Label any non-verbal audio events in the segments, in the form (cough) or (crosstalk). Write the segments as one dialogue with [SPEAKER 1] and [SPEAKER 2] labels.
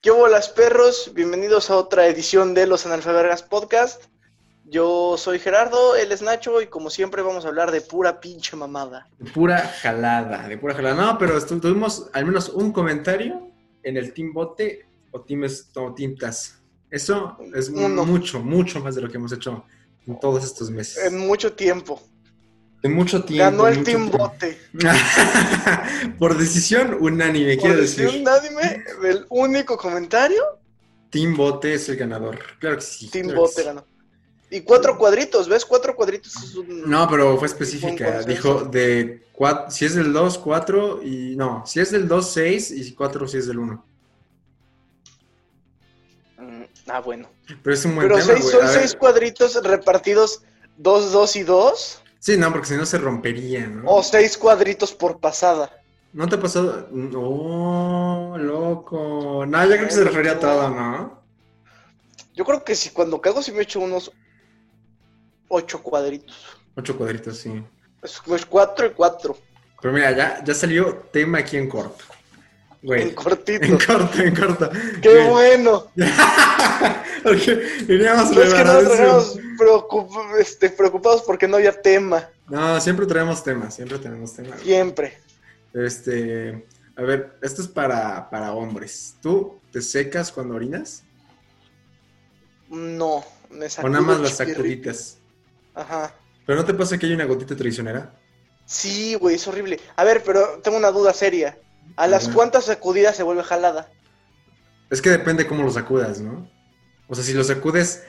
[SPEAKER 1] ¿Qué bolas, perros? Bienvenidos a otra edición de los Analfabergas Podcast. Yo soy Gerardo, él es Nacho y como siempre vamos a hablar de pura pinche mamada.
[SPEAKER 2] De pura jalada, de pura jalada. No, pero estu- tuvimos al menos un comentario en el Team Bote o Team, est- o team Tas. Eso es mu-
[SPEAKER 1] Uno.
[SPEAKER 2] mucho, mucho más de lo que hemos hecho en todos estos meses.
[SPEAKER 1] En mucho tiempo.
[SPEAKER 2] En mucho tiempo.
[SPEAKER 1] Ganó el
[SPEAKER 2] mucho
[SPEAKER 1] Team
[SPEAKER 2] tiempo.
[SPEAKER 1] Bote.
[SPEAKER 2] (laughs) Por decisión unánime,
[SPEAKER 1] Por
[SPEAKER 2] quiero decir.
[SPEAKER 1] decir unánime, el único comentario,
[SPEAKER 2] Team Bote es el ganador. Claro que sí.
[SPEAKER 1] Team
[SPEAKER 2] claro que
[SPEAKER 1] Bote
[SPEAKER 2] sí.
[SPEAKER 1] ganó. Y cuatro cuadritos, ¿ves? Cuatro cuadritos es un...
[SPEAKER 2] Mm. No, pero fue
[SPEAKER 1] Fue
[SPEAKER 2] específica.
[SPEAKER 1] un
[SPEAKER 2] Dijo de cua- si es del 2, 4 y no, si es del 2, 6 y 4 si es del 1.
[SPEAKER 1] Mm, Ah, bueno.
[SPEAKER 2] Pero es un buen
[SPEAKER 1] Pero
[SPEAKER 2] tema,
[SPEAKER 1] seis,
[SPEAKER 2] güey.
[SPEAKER 1] son
[SPEAKER 2] A ver.
[SPEAKER 1] seis cuadritos repartidos dos, dos y dos,
[SPEAKER 2] Sí, no, porque si no se rompería, ¿no?
[SPEAKER 1] o seis cuadritos por pasada.
[SPEAKER 2] ¿No te ha pasado? No, loco. No, yo creo que se refería a todo, ¿no?
[SPEAKER 1] Yo creo que si cuando cago sí me echo unos ocho cuadritos.
[SPEAKER 2] Ocho cuadritos, sí.
[SPEAKER 1] Es, es cuatro y cuatro.
[SPEAKER 2] Pero mira, ya, ya salió tema aquí en corto. Güey.
[SPEAKER 1] En cortito.
[SPEAKER 2] (laughs) En corto, en corto.
[SPEAKER 1] ¡Qué
[SPEAKER 2] (laughs)
[SPEAKER 1] bueno!
[SPEAKER 2] Porque iríamos
[SPEAKER 1] No es que
[SPEAKER 2] preparando
[SPEAKER 1] no
[SPEAKER 2] eso.
[SPEAKER 1] traemos preocup- este, preocupados porque no había tema.
[SPEAKER 2] No, siempre traemos temas, siempre tenemos temas.
[SPEAKER 1] Siempre.
[SPEAKER 2] Este, a ver, esto es para, para hombres. ¿Tú te secas cuando orinas?
[SPEAKER 1] No. Me
[SPEAKER 2] ¿O
[SPEAKER 1] sacudo
[SPEAKER 2] nada más las
[SPEAKER 1] chiquirri-
[SPEAKER 2] sacuditas?
[SPEAKER 1] Ajá.
[SPEAKER 2] ¿Pero no te pasa que hay una gotita traicionera?
[SPEAKER 1] Sí, güey, es horrible. A ver, pero tengo una duda seria. ¿A las
[SPEAKER 2] Ajá.
[SPEAKER 1] cuántas sacudidas se vuelve jalada?
[SPEAKER 2] Es que depende cómo lo sacudas, ¿no? O sea, si lo sacudes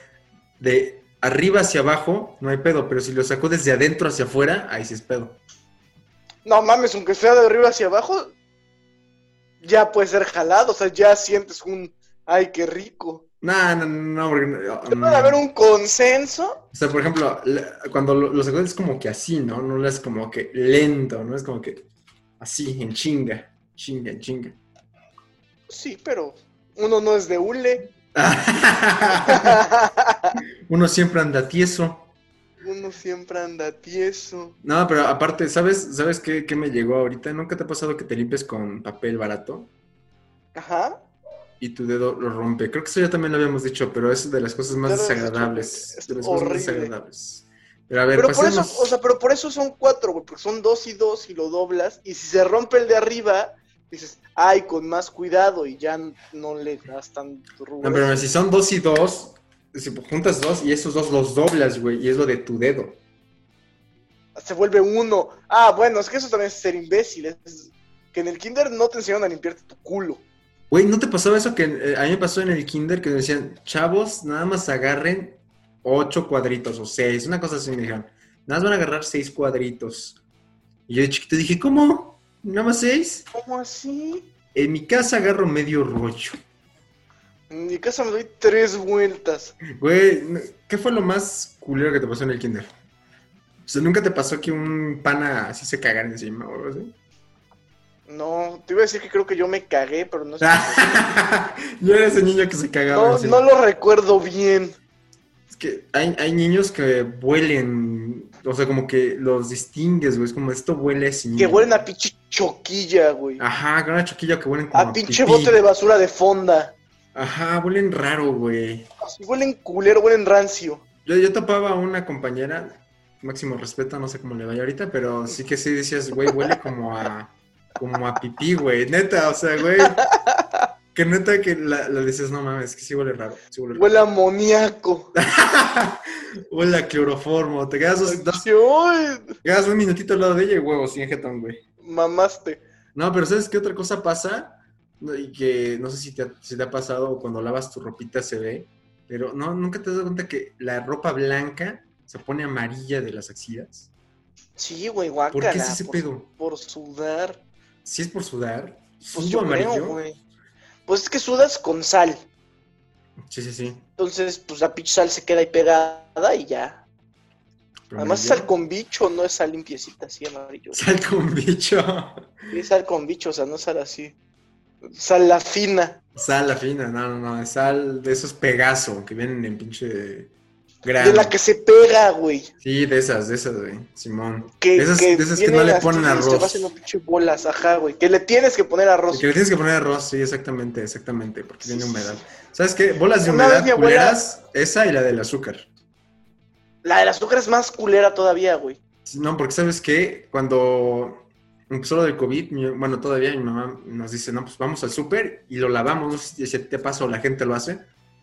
[SPEAKER 2] de arriba hacia abajo, no hay pedo, pero si lo sacudes de adentro hacia afuera, ahí sí es pedo.
[SPEAKER 1] No mames, aunque sea de arriba hacia abajo, ya puede ser jalado. O sea, ya sientes un. ¡Ay, qué rico!
[SPEAKER 2] No, no, no, porque... no,
[SPEAKER 1] Puede
[SPEAKER 2] Mm.
[SPEAKER 1] haber un consenso.
[SPEAKER 2] O sea, por ejemplo, la- cuando lo, lo sacudes es como que así, ¿no? No es como que lento, ¿no? Es como que así, en chinga, chinga, en chinga. (laughs)
[SPEAKER 1] Sí, pero uno no es de
[SPEAKER 2] (laughs)
[SPEAKER 1] hule.
[SPEAKER 2] Uno siempre anda tieso.
[SPEAKER 1] uno siempre anda tieso.
[SPEAKER 2] No, pero aparte, ¿sabes, ¿sabes qué, qué me llegó ahorita? ¿Nunca te ha pasado que te limpies con papel barato
[SPEAKER 1] Ajá.
[SPEAKER 2] y tu dedo lo rompe? Creo que eso ya también lo habíamos dicho, pero es de las cosas más
[SPEAKER 1] Ya lo habíamos
[SPEAKER 2] desagradables.
[SPEAKER 1] dicho, es
[SPEAKER 2] de las cosas más
[SPEAKER 1] horrible.
[SPEAKER 2] desagradables. Pero a ver,
[SPEAKER 1] Pero por eso,
[SPEAKER 2] pasemos-
[SPEAKER 1] o sea, pero por eso son cuatro, güey, porque son dos y dos y lo doblas, y si se rompe el de arriba, dices, ay, con más cuidado, y ya n- no le das tan
[SPEAKER 2] No, pero
[SPEAKER 1] rubor.
[SPEAKER 2] si son dos y dos, si juntas dos y esos dos los doblas, güey, y es lo de tu dedo.
[SPEAKER 1] Se vuelve uno. Ah, bueno, es que eso también es ser imbécil, es que en el kinder no te enseñaron a limpiarte tu culo.
[SPEAKER 2] Güey, ¿no te pasaba eso que eh, a mí me pasó en el kinder que me decían, chavos, nada más agarren ocho cuadritos o seis, una cosa así me dijeron, nada más van a agarrar seis cuadritos. Y yo de chiquito dije, ¿cómo? ¿Nada más seis?
[SPEAKER 1] ¿Cómo así?
[SPEAKER 2] En mi casa agarro medio rollo.
[SPEAKER 1] En mi casa me doy tres vueltas.
[SPEAKER 2] Güey, ¿qué fue lo más culero que te pasó en el kinder? O sea, ¿nunca te pasó que un pana así se cagara encima o algo así? (laughs)
[SPEAKER 1] No, te iba a decir que creo que yo me cagué, pero no sé.
[SPEAKER 2] Ah, yo era ese niño que se cagaba
[SPEAKER 1] No,
[SPEAKER 2] encima.
[SPEAKER 1] no lo recuerdo bien.
[SPEAKER 2] Es que hay, hay niños que huelen, o sea, como que los distingues, güey. Es como esto huele sin.
[SPEAKER 1] Que huelen a pinche choquilla, güey.
[SPEAKER 2] Ajá, con una choquilla que huelen Ah, como.
[SPEAKER 1] A pinche bote de basura de fonda.
[SPEAKER 2] Ajá, huelen raro, güey.
[SPEAKER 1] Así huelen culero, huelen rancio.
[SPEAKER 2] Yo, yo topaba a una compañera, máximo respeto, no sé cómo le vaya ahorita, pero sí que sí decías, güey, huele como a. Como a pipí, güey. Neta, o sea, güey. Que neta que la, la decías, no mames, que sí huele raro. Sí huele raro.
[SPEAKER 1] Huele a
[SPEAKER 2] (laughs)
[SPEAKER 1] amoníaco.
[SPEAKER 2] Huele a cloroformo. Te quedas dos, dos-
[SPEAKER 1] Dice, "Ay,
[SPEAKER 2] te quedas un minutito al lado de ella y huevos, sin jetón, güey.
[SPEAKER 1] Mamaste.
[SPEAKER 2] No, pero ¿sabes qué otra cosa pasa? No, Y que no sé si te, ha, si te ha pasado o cuando lavas tu ropita se ve, pero no, nunca te das cuenta que la ropa blanca se pone amarilla de las axilas.
[SPEAKER 1] Sí, güey,
[SPEAKER 2] ¿Por
[SPEAKER 1] guácala.
[SPEAKER 2] qué es ese
[SPEAKER 1] por,
[SPEAKER 2] pedo?
[SPEAKER 1] por sudar.
[SPEAKER 2] Si es por sudar,
[SPEAKER 1] Pues
[SPEAKER 2] sudo
[SPEAKER 1] yo creo,
[SPEAKER 2] amarillo.
[SPEAKER 1] güey. Pues es que sudas con sal.
[SPEAKER 2] sí, sí, sí.
[SPEAKER 1] Entonces, pues la pinche sal se queda ahí pegada y ya.
[SPEAKER 2] pero
[SPEAKER 1] Además es
[SPEAKER 2] amarillo.
[SPEAKER 1] sal con bicho, no es sal limpiecita así amarillo.
[SPEAKER 2] Sal con (laughs) bicho.
[SPEAKER 1] Es sal con bicho, o sea, no es sal así. Sal la fina.
[SPEAKER 2] Sal la fina, no, no, no. es Sal de esos Pegaso que vienen en pinche Grande.
[SPEAKER 1] De la que se pega, güey.
[SPEAKER 2] Sí, de esas, de esas, güey. Simón.
[SPEAKER 1] Que,
[SPEAKER 2] de esas que, de esas que
[SPEAKER 1] vienen
[SPEAKER 2] no le
[SPEAKER 1] las
[SPEAKER 2] ponen
[SPEAKER 1] tijeras y Te va
[SPEAKER 2] arroz.
[SPEAKER 1] haciendo pinche bolas, ajá, güey. Que le tienes que poner arroz.
[SPEAKER 2] Que le tienes que poner arroz, sí, exactamente, exactamente, porque
[SPEAKER 1] Sí,
[SPEAKER 2] tiene
[SPEAKER 1] sí,
[SPEAKER 2] humedad. ¿Sabes qué? Bolas de
[SPEAKER 1] Una vez
[SPEAKER 2] humedad,
[SPEAKER 1] mi abuela-
[SPEAKER 2] culeras, esa y la del azúcar.
[SPEAKER 1] La del azúcar es más culera todavía, güey.
[SPEAKER 2] Sí, No, porque ¿sabes qué? Cuando empezó lo del COVID, mi- bueno, todavía mi mamá nos dice, no, pues vamos al súper y lo lavamos, no sé si se te pasa o la gente lo hace,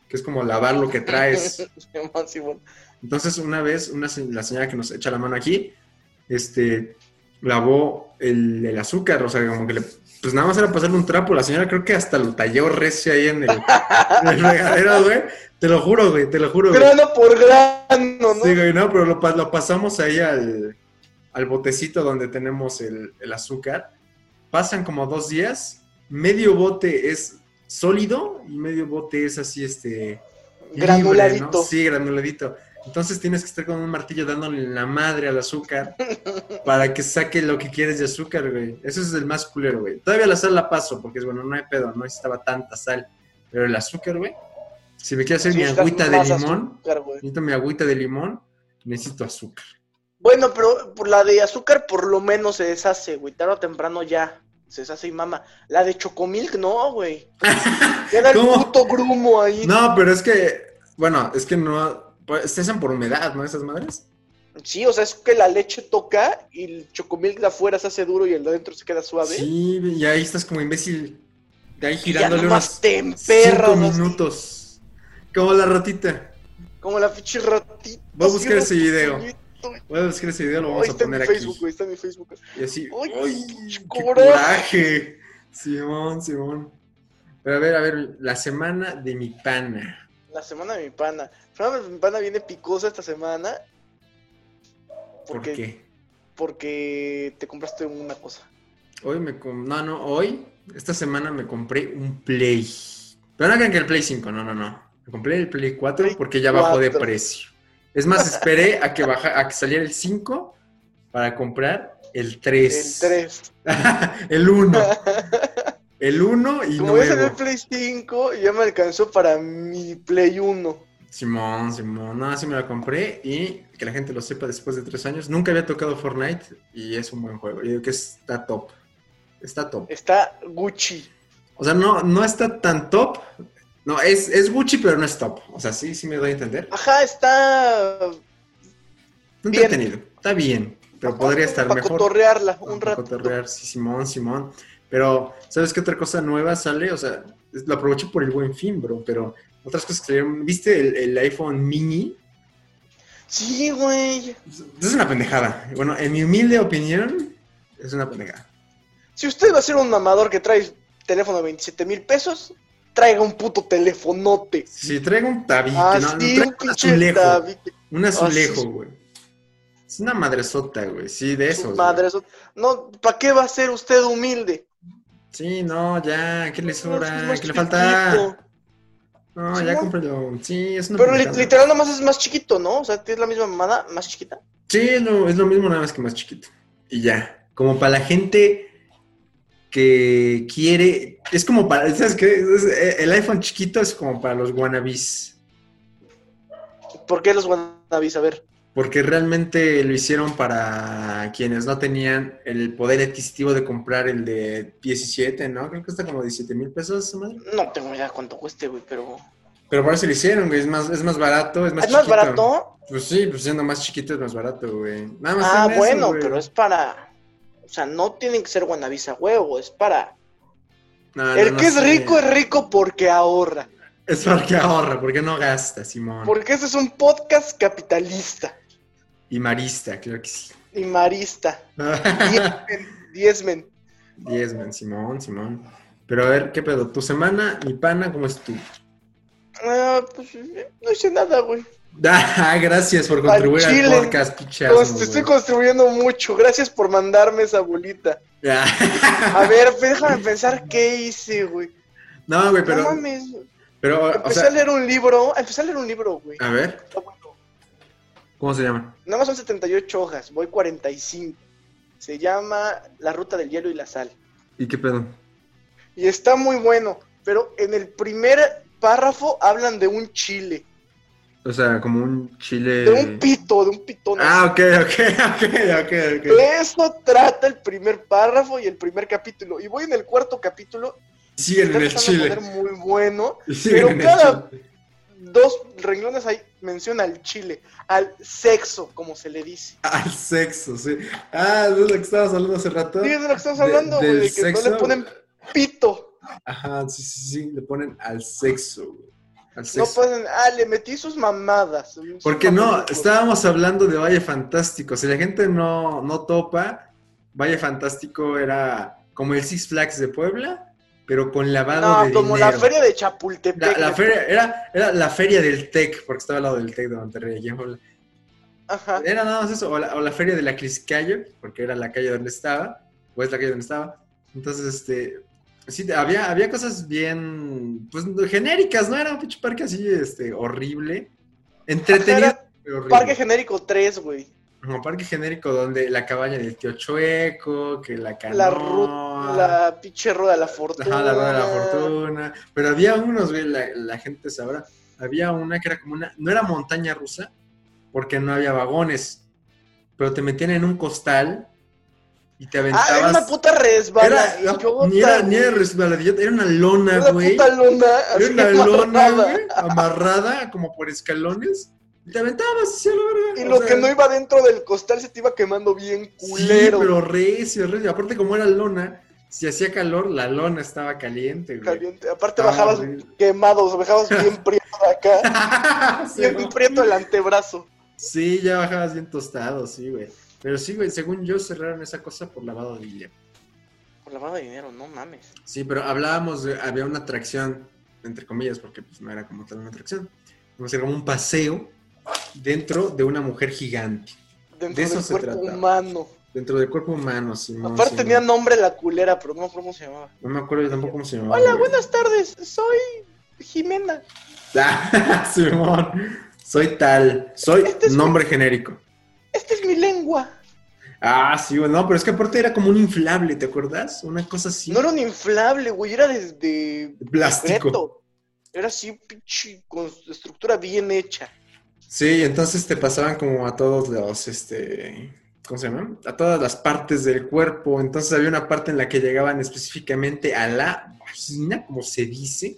[SPEAKER 2] que es como lavar lo
[SPEAKER 1] (laughs)
[SPEAKER 2] que traes.
[SPEAKER 1] Simón, Simón.
[SPEAKER 2] Entonces, una vez, una, se- la señora que nos echa la mano aquí, este, lavó el, el azúcar, o sea, como que le, pues nada más era pasarle un trapo, la señora creo que hasta lo talló recio ahí en el, en el regadero, güey, te lo juro, güey, te lo juro, güey.
[SPEAKER 1] grano por grano, ¿no?
[SPEAKER 2] Sí, güey, no, pero lo, pa- lo pasamos ahí al, al botecito donde tenemos el, el azúcar. Pasan como dos días, medio bote es sólido y medio bote es así, este, libre,
[SPEAKER 1] Granuladito.
[SPEAKER 2] ¿no? Sí, granuladito. Entonces tienes que estar con un martillo dándole la madre
[SPEAKER 1] (laughs)
[SPEAKER 2] al azúcar para que saque lo que quieres de azúcar, güey. Eso es el más culero, güey. Todavía la sal la paso porque es bueno, no hay pedo, no estaba tanta sal. Pero el azúcar, güey, si me quiero hacer
[SPEAKER 1] Sí,
[SPEAKER 2] mi
[SPEAKER 1] estás
[SPEAKER 2] agüita de
[SPEAKER 1] más
[SPEAKER 2] limón,
[SPEAKER 1] azúcar, güey.
[SPEAKER 2] Necesito mi agüita de limón, necesito azúcar.
[SPEAKER 1] Bueno, pero por la de azúcar por lo menos se deshace, güey. Tarde o temprano ya se deshace y mama. La de chocomilk, no,
[SPEAKER 2] (laughs)
[SPEAKER 1] güey. Queda el
[SPEAKER 2] ¿Cómo?
[SPEAKER 1] puto grumo ahí.
[SPEAKER 2] No, pero es que, bueno, es que no, pues, se hacen por humedad, ¿no? Esas madres.
[SPEAKER 1] Sí, o sea, es que la leche toca y el chocomilk de afuera se hace duro y el de adentro se queda suave.
[SPEAKER 2] Sí, y ahí estás como imbécil, de ahí
[SPEAKER 1] y ya
[SPEAKER 2] girándole
[SPEAKER 1] nomás
[SPEAKER 2] unos
[SPEAKER 1] te
[SPEAKER 2] cinco
[SPEAKER 1] emperras. así,
[SPEAKER 2] minutos. Como la ratita.
[SPEAKER 1] Como la pinche ratita.
[SPEAKER 2] Voy a buscar ese video.
[SPEAKER 1] Ahí
[SPEAKER 2] Voy a buscar ese video, lo vamos a
[SPEAKER 1] está en mi
[SPEAKER 2] poner
[SPEAKER 1] Facebook,
[SPEAKER 2] aquí.
[SPEAKER 1] güey, está en mi Facebook.
[SPEAKER 2] Y así,
[SPEAKER 1] Ay,
[SPEAKER 2] ¡ay!
[SPEAKER 1] qué
[SPEAKER 2] ¡Qué
[SPEAKER 1] coraje!
[SPEAKER 2] coraje! Simón, Simón. Pero a ver, a ver, la semana de mi pana.
[SPEAKER 1] La semana de mi pana. La semana de mi pana viene picosa esta semana.
[SPEAKER 2] ¿Por
[SPEAKER 1] Porque,
[SPEAKER 2] qué?
[SPEAKER 1] porque te compraste una cosa.
[SPEAKER 2] Hoy me com- No, no, hoy, esta semana me compré un Play. Pero no crean que el Play 5, no, no, no. Me compré el Play 4
[SPEAKER 1] Play
[SPEAKER 2] porque ya bajó de
[SPEAKER 1] 4.
[SPEAKER 2] precio. Es más, esperé a que, baja, a que saliera el 5 para comprar el 3.
[SPEAKER 1] El 3.
[SPEAKER 2] (laughs) el 1.
[SPEAKER 1] (laughs)
[SPEAKER 2] El 1 y
[SPEAKER 1] Como ya salió el
[SPEAKER 2] nuevo.
[SPEAKER 1] Play 5, ya me alcanzó para mi Play 1.
[SPEAKER 2] Simón, Simón. No, así me la compré y que la gente lo sepa después de 3 años. Nunca había tocado Fortnite y es un buen juego. Yo digo que está top. Está top.
[SPEAKER 1] Está Gucci.
[SPEAKER 2] O sea, no, no está tan top. No, es, es Gucci, pero no es top. O sea, sí, sí me doy a entender.
[SPEAKER 1] Ajá, está.
[SPEAKER 2] No
[SPEAKER 1] Ah, Bien.
[SPEAKER 2] entretenido. Está bien, pero podría estar
[SPEAKER 1] para
[SPEAKER 2] mejor.
[SPEAKER 1] cotorrearla un
[SPEAKER 2] Para
[SPEAKER 1] rato.
[SPEAKER 2] cotorrear, sí, Simón, Simón. Pero, ¿sabes qué otra cosa nueva sale? O sea, es- lo aprovecho por el buen fin, bro. Pero otras cosas que salieron. ¿Viste el, el iPhone mini?
[SPEAKER 1] Sí, güey.
[SPEAKER 2] Es una pendejada. Bueno, en mi humilde opinión, es una pendejada.
[SPEAKER 1] Si usted va a ser un mamador que trae teléfono de 27 mil pesos, traiga un puto telefonote.
[SPEAKER 2] Si traigo un tabique, no, no
[SPEAKER 1] Así, Ah,
[SPEAKER 2] traigo
[SPEAKER 1] un
[SPEAKER 2] un
[SPEAKER 1] pinche
[SPEAKER 2] azulejo.
[SPEAKER 1] tabique.
[SPEAKER 2] Un
[SPEAKER 1] sí.
[SPEAKER 2] azulejo, güey. Es una madresota, güey. Sí, de
[SPEAKER 1] Su
[SPEAKER 2] esos. güey.
[SPEAKER 1] madre, eso- No, ¿para qué va a ser usted humilde?
[SPEAKER 2] Sí, no, ya, ¿qué le
[SPEAKER 1] Es
[SPEAKER 2] sobra?
[SPEAKER 1] más
[SPEAKER 2] ¿Qué
[SPEAKER 1] chiquito.
[SPEAKER 2] le falta? No,
[SPEAKER 1] Sí,
[SPEAKER 2] ya
[SPEAKER 1] ¿no?
[SPEAKER 2] cómpralo. Sí, es una
[SPEAKER 1] Pero li-
[SPEAKER 2] pendejada.
[SPEAKER 1] literal nomás es más chiquito, ¿no? O sea, es la misma mamada, más chiquita.
[SPEAKER 2] Sí, es lo, es lo mismo, nada más que más chiquito. Y ya. Como para la gente que quiere. Es como para. ¿Sabes qué? Es- eh, el iPhone chiquito es como para los wannabes.
[SPEAKER 1] ¿Por qué los wannabes? A ver.
[SPEAKER 2] Porque realmente lo hicieron para quienes no tenían el poder adquisitivo de comprar el de 17, ¿no? Creo que cuesta como 17 mil pesos esa madre.
[SPEAKER 1] No tengo idea cuánto cueste, güey, pero.
[SPEAKER 2] Pero por eso lo hicieron, güey. Es más, es más barato, es más
[SPEAKER 1] ¿Es más
[SPEAKER 2] chiquito.
[SPEAKER 1] barato?
[SPEAKER 2] Pues sí, pues siendo más chiquito es más barato, güey. Nada más.
[SPEAKER 1] Ah,
[SPEAKER 2] en eso,
[SPEAKER 1] bueno,
[SPEAKER 2] güey.
[SPEAKER 1] pero es para. O sea, no tienen que ser wannabes a huevo, es para.
[SPEAKER 2] No, no,
[SPEAKER 1] el
[SPEAKER 2] Ah, no
[SPEAKER 1] que es
[SPEAKER 2] sé.
[SPEAKER 1] rico es rico porque ahorra.
[SPEAKER 2] Es porque ahorra, porque no gasta, Simón.
[SPEAKER 1] Porque este es un podcast capitalista
[SPEAKER 2] Y marista, claro que sí.
[SPEAKER 1] y marista. Diezmen, diezmen.
[SPEAKER 2] (laughs) Diez, man, Simón, Simón. Pero a ver, ¿qué pedo? ¿Tu semana, mi pana, cómo es tú?
[SPEAKER 1] Ah, pues no hice nada, güey.
[SPEAKER 2] (laughs) Ah, gracias por
[SPEAKER 1] Al
[SPEAKER 2] contribuir al,
[SPEAKER 1] chile.
[SPEAKER 2] podcast, pinche asno,
[SPEAKER 1] Const- estoy
[SPEAKER 2] (laughs) güey.
[SPEAKER 1] construyendo mucho. Gracias por mandarme esa bolita. A
[SPEAKER 2] Ah, (laughs)
[SPEAKER 1] ver, déjame pensar qué hice, güey.
[SPEAKER 2] No, güey,
[SPEAKER 1] No
[SPEAKER 2] pero,
[SPEAKER 1] mames.
[SPEAKER 2] pero, o
[SPEAKER 1] Empecé
[SPEAKER 2] sea,
[SPEAKER 1] a
[SPEAKER 2] Ah.
[SPEAKER 1] leer un libro. Empecé a leer un libro, güey.
[SPEAKER 2] a ver,
[SPEAKER 1] Está bueno.
[SPEAKER 2] ¿cómo se llama?
[SPEAKER 1] Nada más son 78 hojas. Voy 45. Se llama La ruta del hielo y la sal.
[SPEAKER 2] ¿Y qué pedo?
[SPEAKER 1] Y está muy bueno. Pero en el primer párrafo hablan de un chile.
[SPEAKER 2] O sea, como un chile.
[SPEAKER 1] De un pito, de un pitón.
[SPEAKER 2] Ah, ok, ok, (laughs) ok, ok, ok.
[SPEAKER 1] De eso trata el primer párrafo y el primer capítulo. Y voy en el cuarto capítulo.
[SPEAKER 2] Y siguen
[SPEAKER 1] está
[SPEAKER 2] en el
[SPEAKER 1] empezando a
[SPEAKER 2] chile.
[SPEAKER 1] poner muy bueno.
[SPEAKER 2] Y siguen
[SPEAKER 1] pero
[SPEAKER 2] en el
[SPEAKER 1] cada-
[SPEAKER 2] chile.
[SPEAKER 1] Dos renglones ahí menciona al chile, al sexo, como se le dice.
[SPEAKER 2] Al sexo, sí. Ah, de lo que estabas hablando hace rato.
[SPEAKER 1] Sí, es de lo que estamos
[SPEAKER 2] De-
[SPEAKER 1] hablando, güey,
[SPEAKER 2] del
[SPEAKER 1] de que no
[SPEAKER 2] sexo.
[SPEAKER 1] le ponen pito.
[SPEAKER 2] Ajá, sí, sí, sí. Le ponen al sexo, güey. Al
[SPEAKER 1] No
[SPEAKER 2] sexo.
[SPEAKER 1] ponen, ah, le metí sus mamadas. sus
[SPEAKER 2] Porque no,
[SPEAKER 1] mamadas.
[SPEAKER 2] estábamos hablando de Valle Fantástico. Si la gente no, no topa, Valle Fantástico era como el Six Flags de Puebla, pero con lavado
[SPEAKER 1] No,
[SPEAKER 2] de
[SPEAKER 1] como
[SPEAKER 2] dinero.
[SPEAKER 1] la feria de Chapultepec.
[SPEAKER 2] La, la feria, era, era la feria del TEC, porque estaba al lado del TEC de Monterrey. aquí en Puebla.
[SPEAKER 1] Ajá.
[SPEAKER 2] Era nada más eso, o la, o la feria de la Criscayo, porque era la calle donde estaba, o es la calle donde estaba. Entonces, este, sí, había, había cosas bien, pues, genéricas, ¿no? Era un pinche parque así, este, horrible. Entretenido,
[SPEAKER 1] Ajá,
[SPEAKER 2] pero horrible.
[SPEAKER 1] Parque Genérico 3, güey.
[SPEAKER 2] Como parque genérico donde la cabaña del tío Chueco, que la canoa...
[SPEAKER 1] La ruta, la pinche rueda de la fortuna.
[SPEAKER 2] Ajá, la rueda de la fortuna. Pero había unos, güey, la, la gente sabrá. Había una que era como una. No era montaña rusa, porque no había vagones. Pero te metían en un costal y te
[SPEAKER 1] Ah,
[SPEAKER 2] aventabas.
[SPEAKER 1] era una puta
[SPEAKER 2] Era-
[SPEAKER 1] resbala.
[SPEAKER 2] no, ni era, ni era resbaladillota, era una lona, güey.
[SPEAKER 1] puta lona.
[SPEAKER 2] Era
[SPEAKER 1] así (laughs)
[SPEAKER 2] una lona,
[SPEAKER 1] amarrada.
[SPEAKER 2] güey, amarrada como por escalones. Y te aventabas hacia la verga.
[SPEAKER 1] Y
[SPEAKER 2] o
[SPEAKER 1] lo
[SPEAKER 2] sea,
[SPEAKER 1] que no iba dentro del costal se te iba quemando bien culero.
[SPEAKER 2] Sí, pero recio, recio. Aparte, como era lona, si hacía calor, la lona estaba caliente, güey.
[SPEAKER 1] caliente. Aparte
[SPEAKER 2] Ah,
[SPEAKER 1] bajabas
[SPEAKER 2] güey.
[SPEAKER 1] quemado, o sea,
[SPEAKER 2] (laughs)
[SPEAKER 1] bajabas bien prieto de acá.
[SPEAKER 2] Sí,
[SPEAKER 1] bien
[SPEAKER 2] ¿no?
[SPEAKER 1] prieto el antebrazo.
[SPEAKER 2] Sí, ya bajabas bien tostado, sí, güey. Pero sí, güey, según yo cerraron esa cosa por lavado de dinero.
[SPEAKER 1] Por la mano de dinero, no mames.
[SPEAKER 2] Sí, pero hablábamos de, había una atracción, entre comillas, porque pues no era como tal una atracción. Vamos a como un paseo dentro de una mujer gigante,
[SPEAKER 1] Dentro
[SPEAKER 2] De eso
[SPEAKER 1] del
[SPEAKER 2] se
[SPEAKER 1] cuerpo
[SPEAKER 2] trataba.
[SPEAKER 1] humano.
[SPEAKER 2] dentro del cuerpo humano, Simón.
[SPEAKER 1] Aparte
[SPEAKER 2] Simón.
[SPEAKER 1] tenía nombre la culera, pero no me acuerdo cómo se llamaba.
[SPEAKER 2] No me acuerdo tampoco cómo se llamaba.
[SPEAKER 1] Hola,
[SPEAKER 2] güey.
[SPEAKER 1] buenas tardes. Soy Jimena.
[SPEAKER 2] Ah, (laughs) Simón, soy tal, soy
[SPEAKER 1] Este es-
[SPEAKER 2] nombre genérico.
[SPEAKER 1] Esta es mi lengua.
[SPEAKER 2] Ah, sí, güey, no, pero es que aparte era como un inflable, ¿te acuerdas? Una cosa así.
[SPEAKER 1] No era un inflable, güey, era desde
[SPEAKER 2] plástico.
[SPEAKER 1] concreto. Era así, pinche, con estructura bien hecha.
[SPEAKER 2] Sí, entonces te pasaban como a todos los, este, ¿cómo se llama? A todas las partes del cuerpo. Entonces había una parte en la que llegaban específicamente a la vagina, como se dice,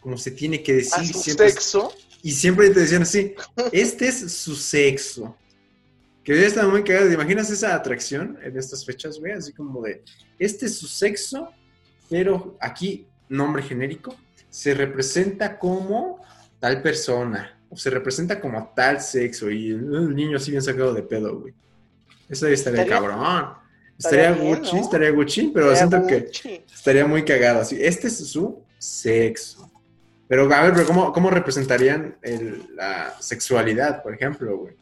[SPEAKER 2] como se tiene que decir.
[SPEAKER 1] a su
[SPEAKER 2] siempre-
[SPEAKER 1] sexo.
[SPEAKER 2] y siempre te decían así, este es su sexo. Que ya estaba muy cagado. ¿Te imaginas esa atracción en estas fechas, güey? Así como de, este es su sexo, pero aquí, nombre genérico, se representa como tal persona. O se representa como tal sexo. Y el niño así bien sacado de pedo, güey. Eso ahí estaría,
[SPEAKER 1] Estaría-
[SPEAKER 2] cabrón.
[SPEAKER 1] estaría
[SPEAKER 2] Estaría
[SPEAKER 1] bien,
[SPEAKER 2] Gucci,
[SPEAKER 1] ¿no?
[SPEAKER 2] estaría Gucci, pero siento que
[SPEAKER 1] Gucci.
[SPEAKER 2] Estaría muy cagado. Así, este es su sexo. Pero a ver, pero ¿cómo, cómo representarían el- la sexualidad, por ejemplo, güey? (laughs)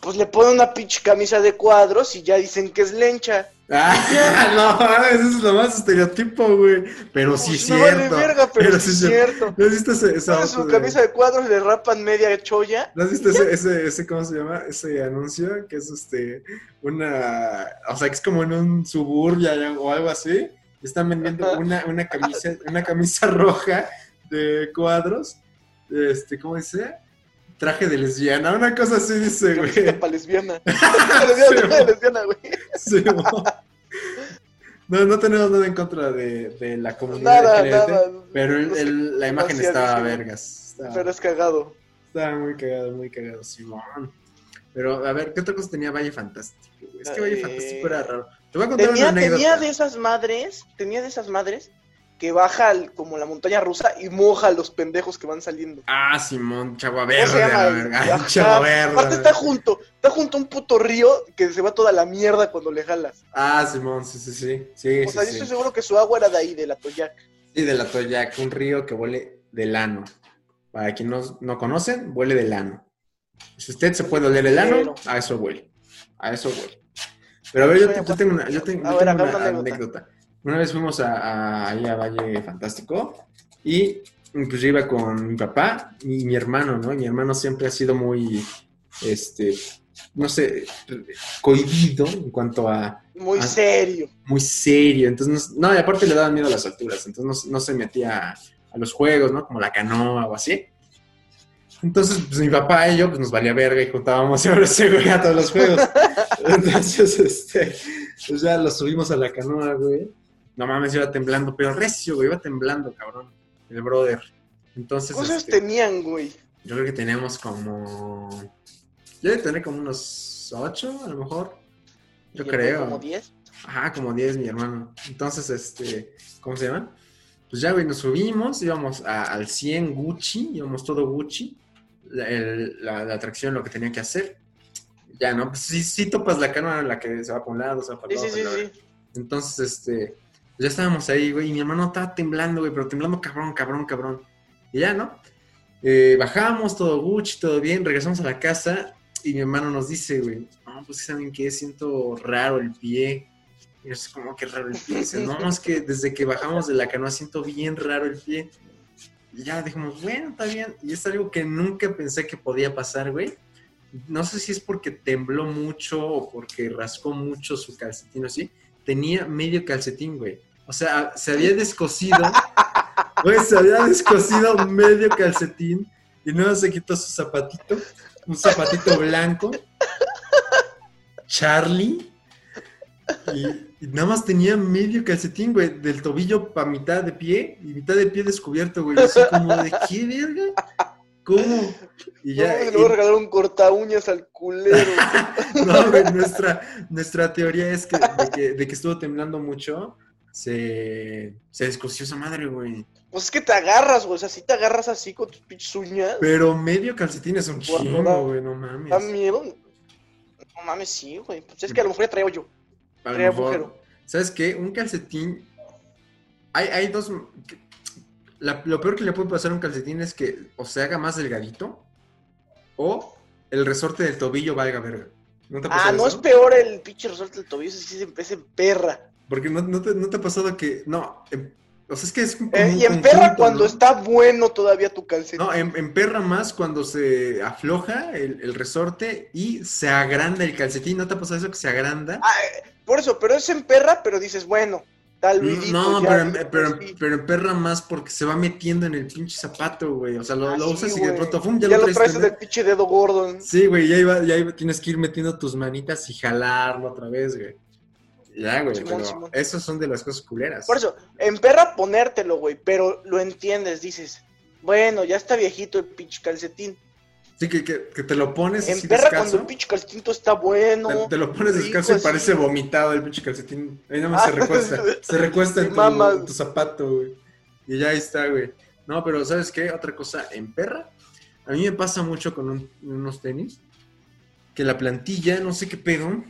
[SPEAKER 1] Pues le ponen una pinche camisa de cuadros y ya dicen que es lencha.
[SPEAKER 2] Ah, no, mames, eso es lo más estereotipo, güey. Pero sí es
[SPEAKER 1] Pues me vale
[SPEAKER 2] cierto.
[SPEAKER 1] verga, pero, sí es
[SPEAKER 2] cierto. (laughs)
[SPEAKER 1] cierto.
[SPEAKER 2] ¿No has visto ese, esa
[SPEAKER 1] Ponen
[SPEAKER 2] foto
[SPEAKER 1] su
[SPEAKER 2] de-
[SPEAKER 1] camisa de cuadros y le rapan media cholla.
[SPEAKER 2] ¿No has visto ese, ese, ese, cómo se llama? Ese anuncio que es este, una, o sea, que es como en un suburbia y- o algo así. y Están vendiendo
[SPEAKER 1] Ajá.
[SPEAKER 2] una, una camisa, una camisa (laughs) roja de cuadros, este, ¿cómo dice? Traje de lesbiana, una cosa así dice, güey.
[SPEAKER 1] Camiseta pa' lesbiana. (laughs) Pa' lesbiana, pa' lesbiana, güey.
[SPEAKER 2] (laughs) Sí, mo. no, no tenemos nada en contra de, de la
[SPEAKER 1] Pues
[SPEAKER 2] comunidad
[SPEAKER 1] Nada,
[SPEAKER 2] LGBT,
[SPEAKER 1] nada.
[SPEAKER 2] pero el-
[SPEAKER 1] No sé,
[SPEAKER 2] el- la imagen
[SPEAKER 1] hacía
[SPEAKER 2] estaba
[SPEAKER 1] diseño.
[SPEAKER 2] vergas. estaba-
[SPEAKER 1] Pero es cagado.
[SPEAKER 2] Estaba muy cagado, muy cagado, Simón. Pero, a ver, ¿qué otra cosa tenía Valle Fantástico? güey? Es que Valle
[SPEAKER 1] Eh,
[SPEAKER 2] Fantástico era raro. Te voy a contar
[SPEAKER 1] Tenía,
[SPEAKER 2] una
[SPEAKER 1] tenía
[SPEAKER 2] anécdota.
[SPEAKER 1] de esas madres, tenía de esas madres que baja al- como la montaña rusa y moja a los pendejos que van saliendo.
[SPEAKER 2] Ah, Simón, Chagua
[SPEAKER 1] ¿Cómo se
[SPEAKER 2] Verde, a la
[SPEAKER 1] llama?
[SPEAKER 2] verga. (laughs)
[SPEAKER 1] Ajá.
[SPEAKER 2] Chagua Verde.
[SPEAKER 1] Aparte está junto, está junto a un puto río que se va toda la mierda cuando le jalas.
[SPEAKER 2] Ah, Simón, sí, sí, sí. Sí,
[SPEAKER 1] O
[SPEAKER 2] sí,
[SPEAKER 1] sea, yo
[SPEAKER 2] sí.
[SPEAKER 1] estoy seguro que su agua era de ahí, de la Toyac.
[SPEAKER 2] Sí, de la Toyac, un río que huele de lano. Para quien no, no conocen, huele de lano. Si usted se puede oler el lano,
[SPEAKER 1] Pero-
[SPEAKER 2] a eso huele. A eso huele. Pero a ver, yo, te- yo tengo una, yo tengo,
[SPEAKER 1] A
[SPEAKER 2] yo
[SPEAKER 1] ver,
[SPEAKER 2] tengo
[SPEAKER 1] acá
[SPEAKER 2] una
[SPEAKER 1] una anécdota.
[SPEAKER 2] anécdota. Una vez fuimos a, a- ahí a Valle Fantástico y pues yo iba con mi papá y mi hermano, ¿no? Mi hermano siempre ha sido muy, este, no sé, cohibido en cuanto a
[SPEAKER 1] Muy
[SPEAKER 2] Ah.
[SPEAKER 1] serio.
[SPEAKER 2] muy serio. Entonces, no, no, y aparte le daban miedo a las alturas, entonces no, no se metía a, a los juegos, ¿no? Como la canoa o así. Entonces, pues mi papá y yo, pues nos valía verga y juntábamos (laughs) euros ese güey a todos los juegos. Entonces, este, pues ya lo subimos a la canoa, güey. No mames, iba temblando, pero recio, güey, iba temblando, cabrón. El brother. Entonces,
[SPEAKER 1] Cosas
[SPEAKER 2] este,
[SPEAKER 1] tenían, güey.
[SPEAKER 2] yo creo que teníamos como. Yo debe tener como unos ocho, a lo mejor. Yo
[SPEAKER 1] Y
[SPEAKER 2] creo.
[SPEAKER 1] Como 10.
[SPEAKER 2] Ajá, como 10, mi hermano. Entonces, este, ¿cómo se llama? Pues ya, güey, nos subimos, íbamos a- al 100 Gucci, íbamos todo Gucci, la, el- la- la atracción, lo que tenía que hacer. Ya, ¿no? Pues sí, sí topas la cámara, la que se va para un lado, se va para
[SPEAKER 1] Sí,
[SPEAKER 2] el
[SPEAKER 1] sí,
[SPEAKER 2] otro.
[SPEAKER 1] sí,
[SPEAKER 2] la-
[SPEAKER 1] sí.
[SPEAKER 2] Entonces, este, ya estábamos ahí, güey, y mi hermano estaba temblando, güey, pero temblando cabrón, cabrón, cabrón. Y ya, ¿no? Eh, bajamos, todo Gucci, todo bien, regresamos a la casa y mi hermano nos dice, güey, no, pues saben que siento raro el pie. Y es como que raro el pie. Dice, no, es que desde que bajamos de la canoa siento bien raro el pie. Y ya dijimos, bueno, está bien. Y es algo que nunca pensé que podía pasar, güey. No sé si es porque tembló mucho o porque rascó mucho su calcetín o así. Tenía medio calcetín, güey. O sea, se había descosido. Güey, se había descosido medio calcetín y no se quitó su zapatito. Un zapatito blanco. Charlie. Y, y nada más tenía medio calcetín, güey, del tobillo para mitad de pie y mitad de pie descubierto, güey. Así como de qué verga. ¿Cómo? Y
[SPEAKER 1] No, mames, le voy a regalar un corta uñas al
[SPEAKER 2] (laughs)
[SPEAKER 1] culero.
[SPEAKER 2] No, güey, nuestra, nuestra teoría es que de, que de que estuvo temblando mucho, se, se descosió esa madre, güey.
[SPEAKER 1] pues es que te agarras, güey. O sea, si te agarras así con tus pinches uñas,
[SPEAKER 2] Pero pues, medio calcetín es un chingo, güey, no mames.
[SPEAKER 1] da miedo. No mames, sí, güey. Pues es que a lo mejor ya traigo yo.
[SPEAKER 2] A lo
[SPEAKER 1] Traía
[SPEAKER 2] mejor-
[SPEAKER 1] agujero.
[SPEAKER 2] ¿Sabes qué? Un calcetín. Hay, hay dos. que- la- lo peor que le puede pasar a un calcetín es que o se haga más delgadito o el resorte del tobillo valga verga. ¿No te ha
[SPEAKER 1] Ah,
[SPEAKER 2] pasado
[SPEAKER 1] no es
[SPEAKER 2] eso?
[SPEAKER 1] peor el pinche resorte del tobillo, ese sí se empieza en perra.
[SPEAKER 2] Porque no, no te, no te ha pasado que. No. em, o sea, es que es como
[SPEAKER 1] Eh,
[SPEAKER 2] un
[SPEAKER 1] y en
[SPEAKER 2] conjunto,
[SPEAKER 1] perra cuando
[SPEAKER 2] ¿no?
[SPEAKER 1] está bueno todavía tu calcetín.
[SPEAKER 2] No, en, en perra más cuando se afloja el, el resorte y se agranda el calcetín. ¿No te ha pasado eso que se agranda?
[SPEAKER 1] Ah, eh, por eso, pero es en perra, pero dices, bueno, tal Luidito.
[SPEAKER 2] no,
[SPEAKER 1] ya,
[SPEAKER 2] pero, en-
[SPEAKER 1] pues,
[SPEAKER 2] pero,
[SPEAKER 1] sí.
[SPEAKER 2] pero en perra más porque se va metiendo en el pinche zapato, güey. O sea, lo,
[SPEAKER 1] Ah,
[SPEAKER 2] lo
[SPEAKER 1] sí,
[SPEAKER 2] usas y
[SPEAKER 1] güey.
[SPEAKER 2] de pronto, ¡fum! Ya,
[SPEAKER 1] Ya
[SPEAKER 2] lo
[SPEAKER 1] lo
[SPEAKER 2] traes.
[SPEAKER 1] traes en
[SPEAKER 2] también.
[SPEAKER 1] el pinche dedo gordo. ¿no?
[SPEAKER 2] Sí, güey, ya, iba, ya iba- tienes que ir metiendo tus manitas y jalarlo otra vez, güey. Ya, güey,
[SPEAKER 1] Simón,
[SPEAKER 2] pero
[SPEAKER 1] Simón.
[SPEAKER 2] esas son de las cosas culeras.
[SPEAKER 1] Por eso, en perra ponértelo, güey, pero lo entiendes, dices, bueno, ya está viejito el pinche calcetín.
[SPEAKER 2] Sí, que, que, que te lo pones
[SPEAKER 1] En
[SPEAKER 2] así
[SPEAKER 1] perra
[SPEAKER 2] descalzo.
[SPEAKER 1] cuando el pinche calcetín todo está bueno.
[SPEAKER 2] Te, te lo pones
[SPEAKER 1] rico,
[SPEAKER 2] descalzo y
[SPEAKER 1] así.
[SPEAKER 2] parece vomitado el pinche calcetín. Ahí nada
[SPEAKER 1] (laughs)
[SPEAKER 2] más se
[SPEAKER 1] Ah,
[SPEAKER 2] recuesta. Se recuesta en
[SPEAKER 1] sí,
[SPEAKER 2] tu,
[SPEAKER 1] mamas.
[SPEAKER 2] en tu zapato, güey. Y ya ahí está, güey. No, pero ¿sabes qué? Otra cosa, en perra, a mí me pasa mucho con un- unos tenis que la plantilla, no sé qué pedo,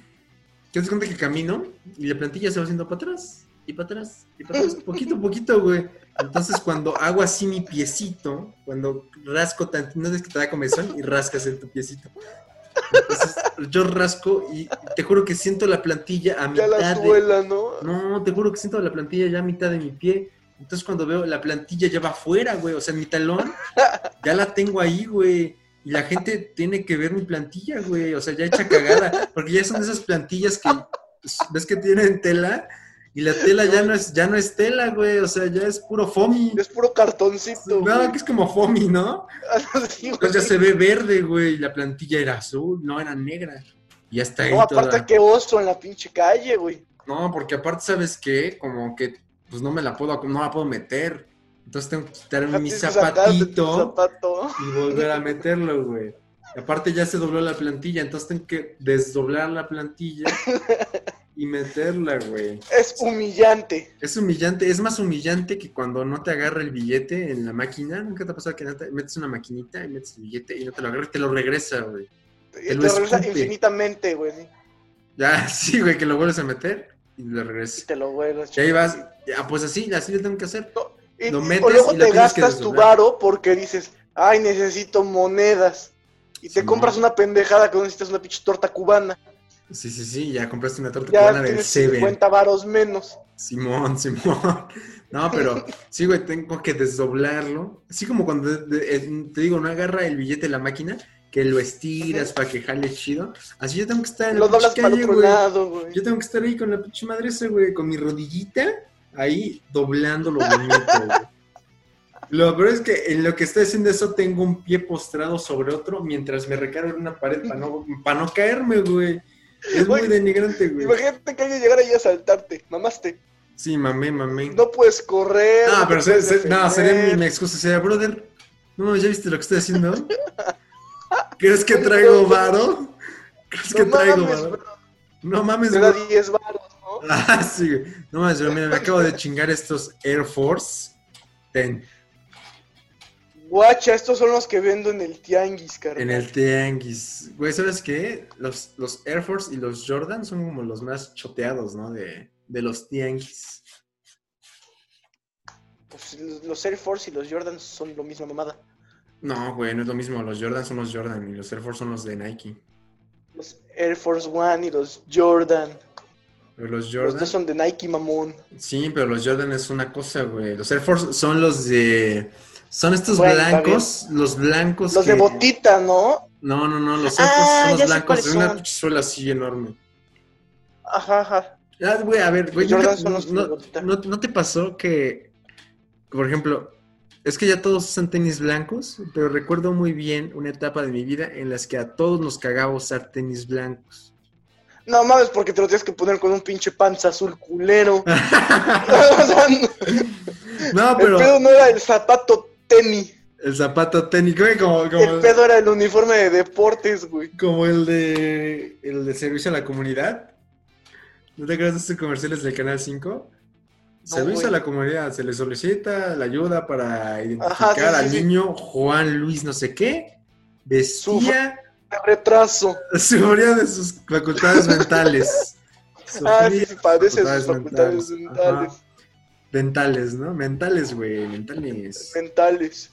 [SPEAKER 2] que das cuenta que camino y la plantilla se va haciendo para atrás y para atrás y para atrás, poquito a poquito, güey. Entonces, cuando hago así mi piecito, cuando rasco tantito, no es que te da comezón y rascas en tu piecito. Entonces, yo rasco y te juro que siento la plantilla a
[SPEAKER 1] ya la
[SPEAKER 2] mitad de,
[SPEAKER 1] suela, ¿no?
[SPEAKER 2] no, te juro que siento la plantilla ya a mitad de mi pie. Entonces cuando veo la plantilla ya va afuera, güey. O sea,
[SPEAKER 1] (laughs)
[SPEAKER 2] mi talón ya la tengo ahí, güey. Y la gente tiene que ver mi plantilla, güey. O sea, ya hecha cagada. Porque ya son esas plantillas que pues, ves que tienen tela. Y la tela ya no es, ya no es tela, güey. O sea, ya es puro foamy.
[SPEAKER 1] Es puro cartoncito.
[SPEAKER 2] Nada
[SPEAKER 1] güey.
[SPEAKER 2] que es como foamy, ¿no?
[SPEAKER 1] (laughs) Sí, güey.
[SPEAKER 2] Entonces pues ya se ve verde, güey. Y la plantilla era azul, no era negra. Y ya está ahí.
[SPEAKER 1] No, aparte
[SPEAKER 2] toda-
[SPEAKER 1] que oso en la pinche calle, güey.
[SPEAKER 2] No, porque aparte, ¿sabes qué? Como que, pues no me la puedo, no la puedo meter. Entonces tengo que quitarme mi
[SPEAKER 1] Tienes que sacarte tu
[SPEAKER 2] zapatito
[SPEAKER 1] zapato.
[SPEAKER 2] y volver a meterlo, güey. Y aparte ya se dobló la plantilla, entonces tengo que desdoblar
[SPEAKER 1] (laughs)
[SPEAKER 2] la plantilla y meterla, güey.
[SPEAKER 1] Es humillante.
[SPEAKER 2] Es humillante, es más humillante que cuando no te agarra el billete en la máquina. ¿Nunca te ha pasado que no te- metes una maquinita y metes el billete y no te lo agarra y te lo regresa, güey?
[SPEAKER 1] Y
[SPEAKER 2] Te
[SPEAKER 1] te
[SPEAKER 2] lo
[SPEAKER 1] regresa
[SPEAKER 2] escupe.
[SPEAKER 1] infinitamente, güey. sí.
[SPEAKER 2] Ya, (laughs) sí, güey, que lo vuelves a meter y lo
[SPEAKER 1] Y
[SPEAKER 2] regresa.
[SPEAKER 1] te lo vuelves.
[SPEAKER 2] Y ahí vas, ah, pues así, así lo tengo que hacer.
[SPEAKER 1] No, y-
[SPEAKER 2] Lo
[SPEAKER 1] y-
[SPEAKER 2] metes
[SPEAKER 1] o luego
[SPEAKER 2] y la
[SPEAKER 1] te
[SPEAKER 2] tienes que
[SPEAKER 1] gastas tu
[SPEAKER 2] desdoblar.
[SPEAKER 1] varo porque dices, ay, necesito monedas. Y te
[SPEAKER 2] Simón.
[SPEAKER 1] compras una pendejada que no necesitas una pinche torta cubana.
[SPEAKER 2] Sí, sí, sí, ya compraste una torta
[SPEAKER 1] Ya
[SPEAKER 2] cubana del
[SPEAKER 1] tienes
[SPEAKER 2] Seven.
[SPEAKER 1] 50 varos menos.
[SPEAKER 2] Simón, Simón. No, pero sí, güey, tengo que desdoblarlo. Así como cuando de- de- eh, te digo, no agarra el billete de la máquina, que lo estiras para que jale chido. Así yo tengo que estar en
[SPEAKER 1] Lo
[SPEAKER 2] la
[SPEAKER 1] doblas
[SPEAKER 2] pinche
[SPEAKER 1] para el
[SPEAKER 2] calle,
[SPEAKER 1] otro
[SPEAKER 2] güey.
[SPEAKER 1] lado, güey.
[SPEAKER 2] Yo tengo que estar ahí con la pinche madre esa, güey, con mi rodillita ahí doblando lo bonito, güey. Lo peor es que en lo que estoy haciendo eso tengo un pie postrado sobre otro mientras me recargo en una pared para no, pa no caerme, güey. Es
[SPEAKER 1] Güey,
[SPEAKER 2] muy denigrante, güey.
[SPEAKER 1] Imagínate que alguien llegara ahí a saltarte. Mamaste.
[SPEAKER 2] Sí, mamé, mamé.
[SPEAKER 1] No puedes correr.
[SPEAKER 2] Ah,
[SPEAKER 1] no
[SPEAKER 2] pero
[SPEAKER 1] te
[SPEAKER 2] se-
[SPEAKER 1] puedes
[SPEAKER 2] se- no, sería mi,
[SPEAKER 1] defender.
[SPEAKER 2] mi excusa. Sería, brother, no mames, ¿ya viste lo que estoy haciendo? (laughs) ¿Crees que traigo varo? ¿Crees que
[SPEAKER 1] No
[SPEAKER 2] traigo
[SPEAKER 1] mames,
[SPEAKER 2] varo?
[SPEAKER 1] bro,
[SPEAKER 2] No mames,
[SPEAKER 1] Te da
[SPEAKER 2] güey.
[SPEAKER 1] 10 baros, ¿no?
[SPEAKER 2] Ah, sí, güey. No mames, pero mira, me acabo de chingar estos Air Force. Ten,
[SPEAKER 1] Guacha, estos son los que vendo en el tianguis, carnal.
[SPEAKER 2] en el Tianguis. Güey, ¿sabes qué? Los, los Air Force y los Jordan son como los más choteados, ¿no? De, de los Tianguis.
[SPEAKER 1] Pues, los- los Air Force y los Jordan son lo misma mamada.
[SPEAKER 2] No, güey, no es lo mismo. Los Jordan son los Jordan y los Air Force son los de Nike.
[SPEAKER 1] Los Air Force One y los Jordan.
[SPEAKER 2] Pero los
[SPEAKER 1] Los
[SPEAKER 2] Jordan.
[SPEAKER 1] dos son de Nike, mamón.
[SPEAKER 2] Sí, pero los Jordan es una cosa, güey. Los Air Force son los de. Son estos
[SPEAKER 1] Bueno, está
[SPEAKER 2] blancos, los blancos.
[SPEAKER 1] Los de
[SPEAKER 2] que-
[SPEAKER 1] botita, ¿no?
[SPEAKER 2] No, no, no, los Air
[SPEAKER 1] Ah,
[SPEAKER 2] Force son
[SPEAKER 1] ya
[SPEAKER 2] los
[SPEAKER 1] sé
[SPEAKER 2] blancos
[SPEAKER 1] cuáles
[SPEAKER 2] de una
[SPEAKER 1] son.
[SPEAKER 2] pinche suela así enorme.
[SPEAKER 1] Ajá, ajá.
[SPEAKER 2] Ah, güey, a ver, güey,
[SPEAKER 1] Los Jordan
[SPEAKER 2] ¿nunca-
[SPEAKER 1] son los de
[SPEAKER 2] no,
[SPEAKER 1] botita.
[SPEAKER 2] no- no te pasó que, por ejemplo, es que ya todos usan tenis blancos, pero recuerdo muy bien una etapa de mi vida en las que a todos nos cagaba usar tenis blancos.
[SPEAKER 1] No mames, porque te lo tienes que poner con un pinche panza azul
[SPEAKER 2] (laughs)
[SPEAKER 1] culero. (laughs) O sea, no-
[SPEAKER 2] no,
[SPEAKER 1] el pedo
[SPEAKER 2] pero
[SPEAKER 1] no era el zapato tenis.
[SPEAKER 2] el zapato tenis, güey, como, como,
[SPEAKER 1] El pedo era el uniforme de deportes, güey.
[SPEAKER 2] Como el de el de servicio a la comunidad. ¿No te acuerdas de estos comerciales del Canal 5? servicio
[SPEAKER 1] güey.
[SPEAKER 2] a la comunidad, se le solicita la ayuda para identificar
[SPEAKER 1] sí,
[SPEAKER 2] al
[SPEAKER 1] sí, sí.
[SPEAKER 2] niño Juan Luis no sé qué. Vestía,
[SPEAKER 1] El retraso.
[SPEAKER 2] sufría de sus
[SPEAKER 1] (laughs)
[SPEAKER 2] facultades mentales.
[SPEAKER 1] Ah,
[SPEAKER 2] Sufría
[SPEAKER 1] sí, padece sus
[SPEAKER 2] facultades
[SPEAKER 1] facultades mentales.
[SPEAKER 2] Ajá. Dentales, ¿no? Mentales, güey, mentales. (laughs)
[SPEAKER 1] Mentales.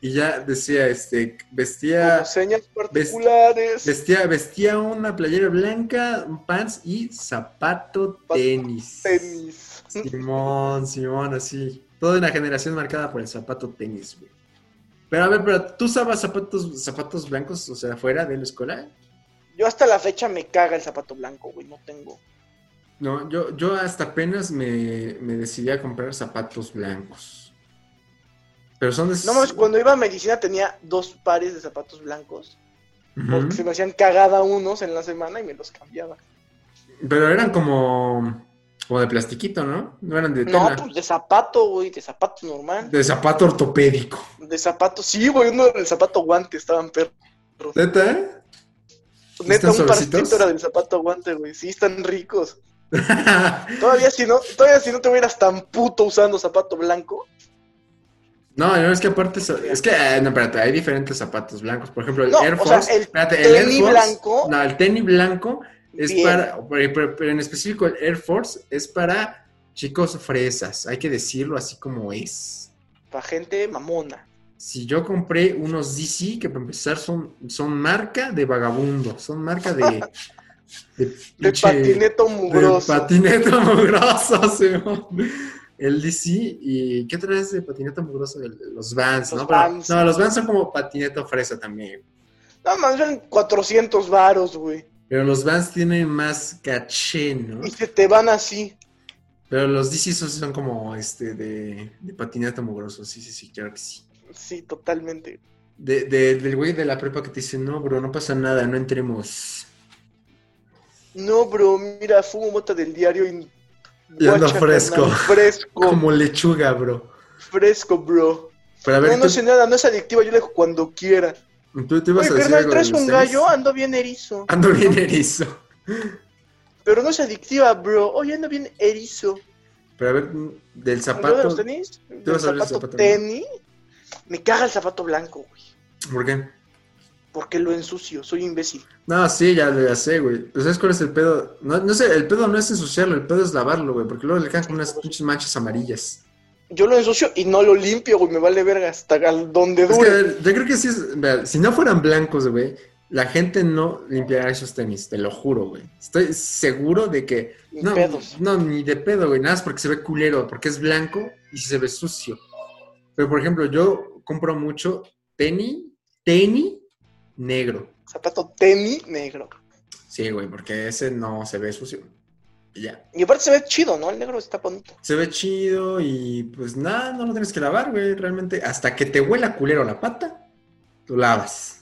[SPEAKER 2] y ya decía, este, vestía...
[SPEAKER 1] Como señas particulares.
[SPEAKER 2] Vestía, vestía una playera blanca, un pants y zapato tenis.
[SPEAKER 1] Tenis.
[SPEAKER 2] Simón, Simón, así. Toda una generación marcada por el zapato tenis, güey. Pero a ver, pero ¿tú usabas zapatos, zapatos blancos, o sea, fuera de la escuela?
[SPEAKER 1] Yo hasta la fecha me caga el zapato blanco, güey. No tengo.
[SPEAKER 2] No, yo, yo hasta apenas me, me decidí a comprar zapatos blancos. Pero son de...
[SPEAKER 1] No mames, cuando iba a medicina tenía dos pares de zapatos blancos.
[SPEAKER 2] Ujú.
[SPEAKER 1] Porque se me hacían cagada unos en la semana y me los cambiaba.
[SPEAKER 2] Pero eran como... Como de plastiquito, ¿no? No eran de
[SPEAKER 1] No,
[SPEAKER 2] tela.
[SPEAKER 1] pues de zapato, güey. De zapato normal.
[SPEAKER 2] De zapato ortopédico.
[SPEAKER 1] De zapato. Sí, güey. Uno era el zapato guante. Estaban perros.
[SPEAKER 2] ¿Neta, eh? (laughs)
[SPEAKER 1] Neta,
[SPEAKER 2] ¿Están
[SPEAKER 1] un
[SPEAKER 2] suavecitos?
[SPEAKER 1] parcito era del zapato guante, güey. Sí, están ricos. Todavía si no, todavía si no te hubieras tan puto usando zapato blanco.
[SPEAKER 2] no, no, es que aparte, so- es que, eh, no, espérate, hay diferentes zapatos blancos. Por ejemplo, el
[SPEAKER 1] No,
[SPEAKER 2] Air
[SPEAKER 1] o
[SPEAKER 2] Force.
[SPEAKER 1] sea, el
[SPEAKER 2] espérate,
[SPEAKER 1] tenis blanco-
[SPEAKER 2] No, el tenis blanco es
[SPEAKER 1] bien.
[SPEAKER 2] para, pero, pero- pero en específico el Air Force es para chicos fresas, hay que decirlo así como es.
[SPEAKER 1] Para gente mamona.
[SPEAKER 2] Si yo compré unos DC que para empezar son, son marca de vagabundo, son marca
[SPEAKER 1] (laughs)
[SPEAKER 2] de... De,
[SPEAKER 1] De
[SPEAKER 2] pinche-
[SPEAKER 1] patineto
[SPEAKER 2] de
[SPEAKER 1] mugroso.
[SPEAKER 2] patineta mugrosa, (laughs) Simón. El DC y ¿qué traes de patineta mugrosa? El- Los Vans,
[SPEAKER 1] Los
[SPEAKER 2] ¿no? Pero-
[SPEAKER 1] Vans.
[SPEAKER 2] no, los Vans son como patineta fresa también.
[SPEAKER 1] No mames, eran 400 varos, güey.
[SPEAKER 2] Pero los Vans tienen más caché, ¿no?
[SPEAKER 1] Y se te van así.
[SPEAKER 2] Pero los DC son, son como este de, de patineta mugrosa, sí, sí, sí, claro que sí.
[SPEAKER 1] Sí, totalmente.
[SPEAKER 2] De, de- del güey de la prepa que te dice, no, bro, no pasa nada, no entremos.
[SPEAKER 1] No, bro, mira, fumo mota del diario y...
[SPEAKER 2] Y ando
[SPEAKER 1] Guacha,
[SPEAKER 2] fresco.
[SPEAKER 1] carnal, Fresco,
[SPEAKER 2] (laughs) Como lechuga, bro.
[SPEAKER 1] fresco, bro.
[SPEAKER 2] Pero a ver,
[SPEAKER 1] No, no
[SPEAKER 2] tú,
[SPEAKER 1] sé nada, no es adictiva, yo le dejo cuando quiera.
[SPEAKER 2] tú te ibas
[SPEAKER 1] Oye,
[SPEAKER 2] a decir
[SPEAKER 1] carnal,
[SPEAKER 2] algo de
[SPEAKER 1] traes
[SPEAKER 2] los
[SPEAKER 1] un
[SPEAKER 2] tenis?
[SPEAKER 1] gallo, ah, ando bien erizo.
[SPEAKER 2] Ando bien erizo.
[SPEAKER 1] Pero no es adictiva, bro. Oye, ando bien erizo.
[SPEAKER 2] Pero a ver, del
[SPEAKER 1] ¿Zapato? de
[SPEAKER 2] zapato.
[SPEAKER 1] los tenis?
[SPEAKER 2] Te
[SPEAKER 1] ¿Del
[SPEAKER 2] vas a abrir el
[SPEAKER 1] zapato,
[SPEAKER 2] zapato, ¿no?
[SPEAKER 1] tenis? Me caga el zapato blanco, güey.
[SPEAKER 2] ¿Por qué?
[SPEAKER 1] Porque lo ensucio, soy imbécil.
[SPEAKER 2] No, sí, ya lo ya sé, güey. Pero ¿sabes cuál es el pedo? No, no sé, el pedo no es ensuciarlo, el pedo es lavarlo, güey, porque luego le quedan como unas pinches manchas amarillas.
[SPEAKER 1] Yo lo ensucio y no lo limpio, güey. Me vale verga hasta al- donde
[SPEAKER 2] Es que, a
[SPEAKER 1] dure.
[SPEAKER 2] ver, yo creo que sí es. vea, si no fueran blancos, güey, la gente no limpiará esos tenis, te lo juro, güey. Estoy seguro de que.
[SPEAKER 1] Ni
[SPEAKER 2] no,
[SPEAKER 1] pedos.
[SPEAKER 2] no, ni de pedo, güey. Nada más porque se ve culero, porque es blanco y se ve sucio. Pero, por ejemplo, yo compro mucho tenis, tenis negro.
[SPEAKER 1] Zapato tenis negro.
[SPEAKER 2] Sí, güey, porque ese no se ve sucio. Y ya.
[SPEAKER 1] Y aparte se ve chido, ¿no? El negro está bonito.
[SPEAKER 2] Se ve chido y pues nada, no lo tienes que lavar, güey. Realmente, hasta que te huela culero la pata,
[SPEAKER 1] (laughs)
[SPEAKER 2] lo lavas.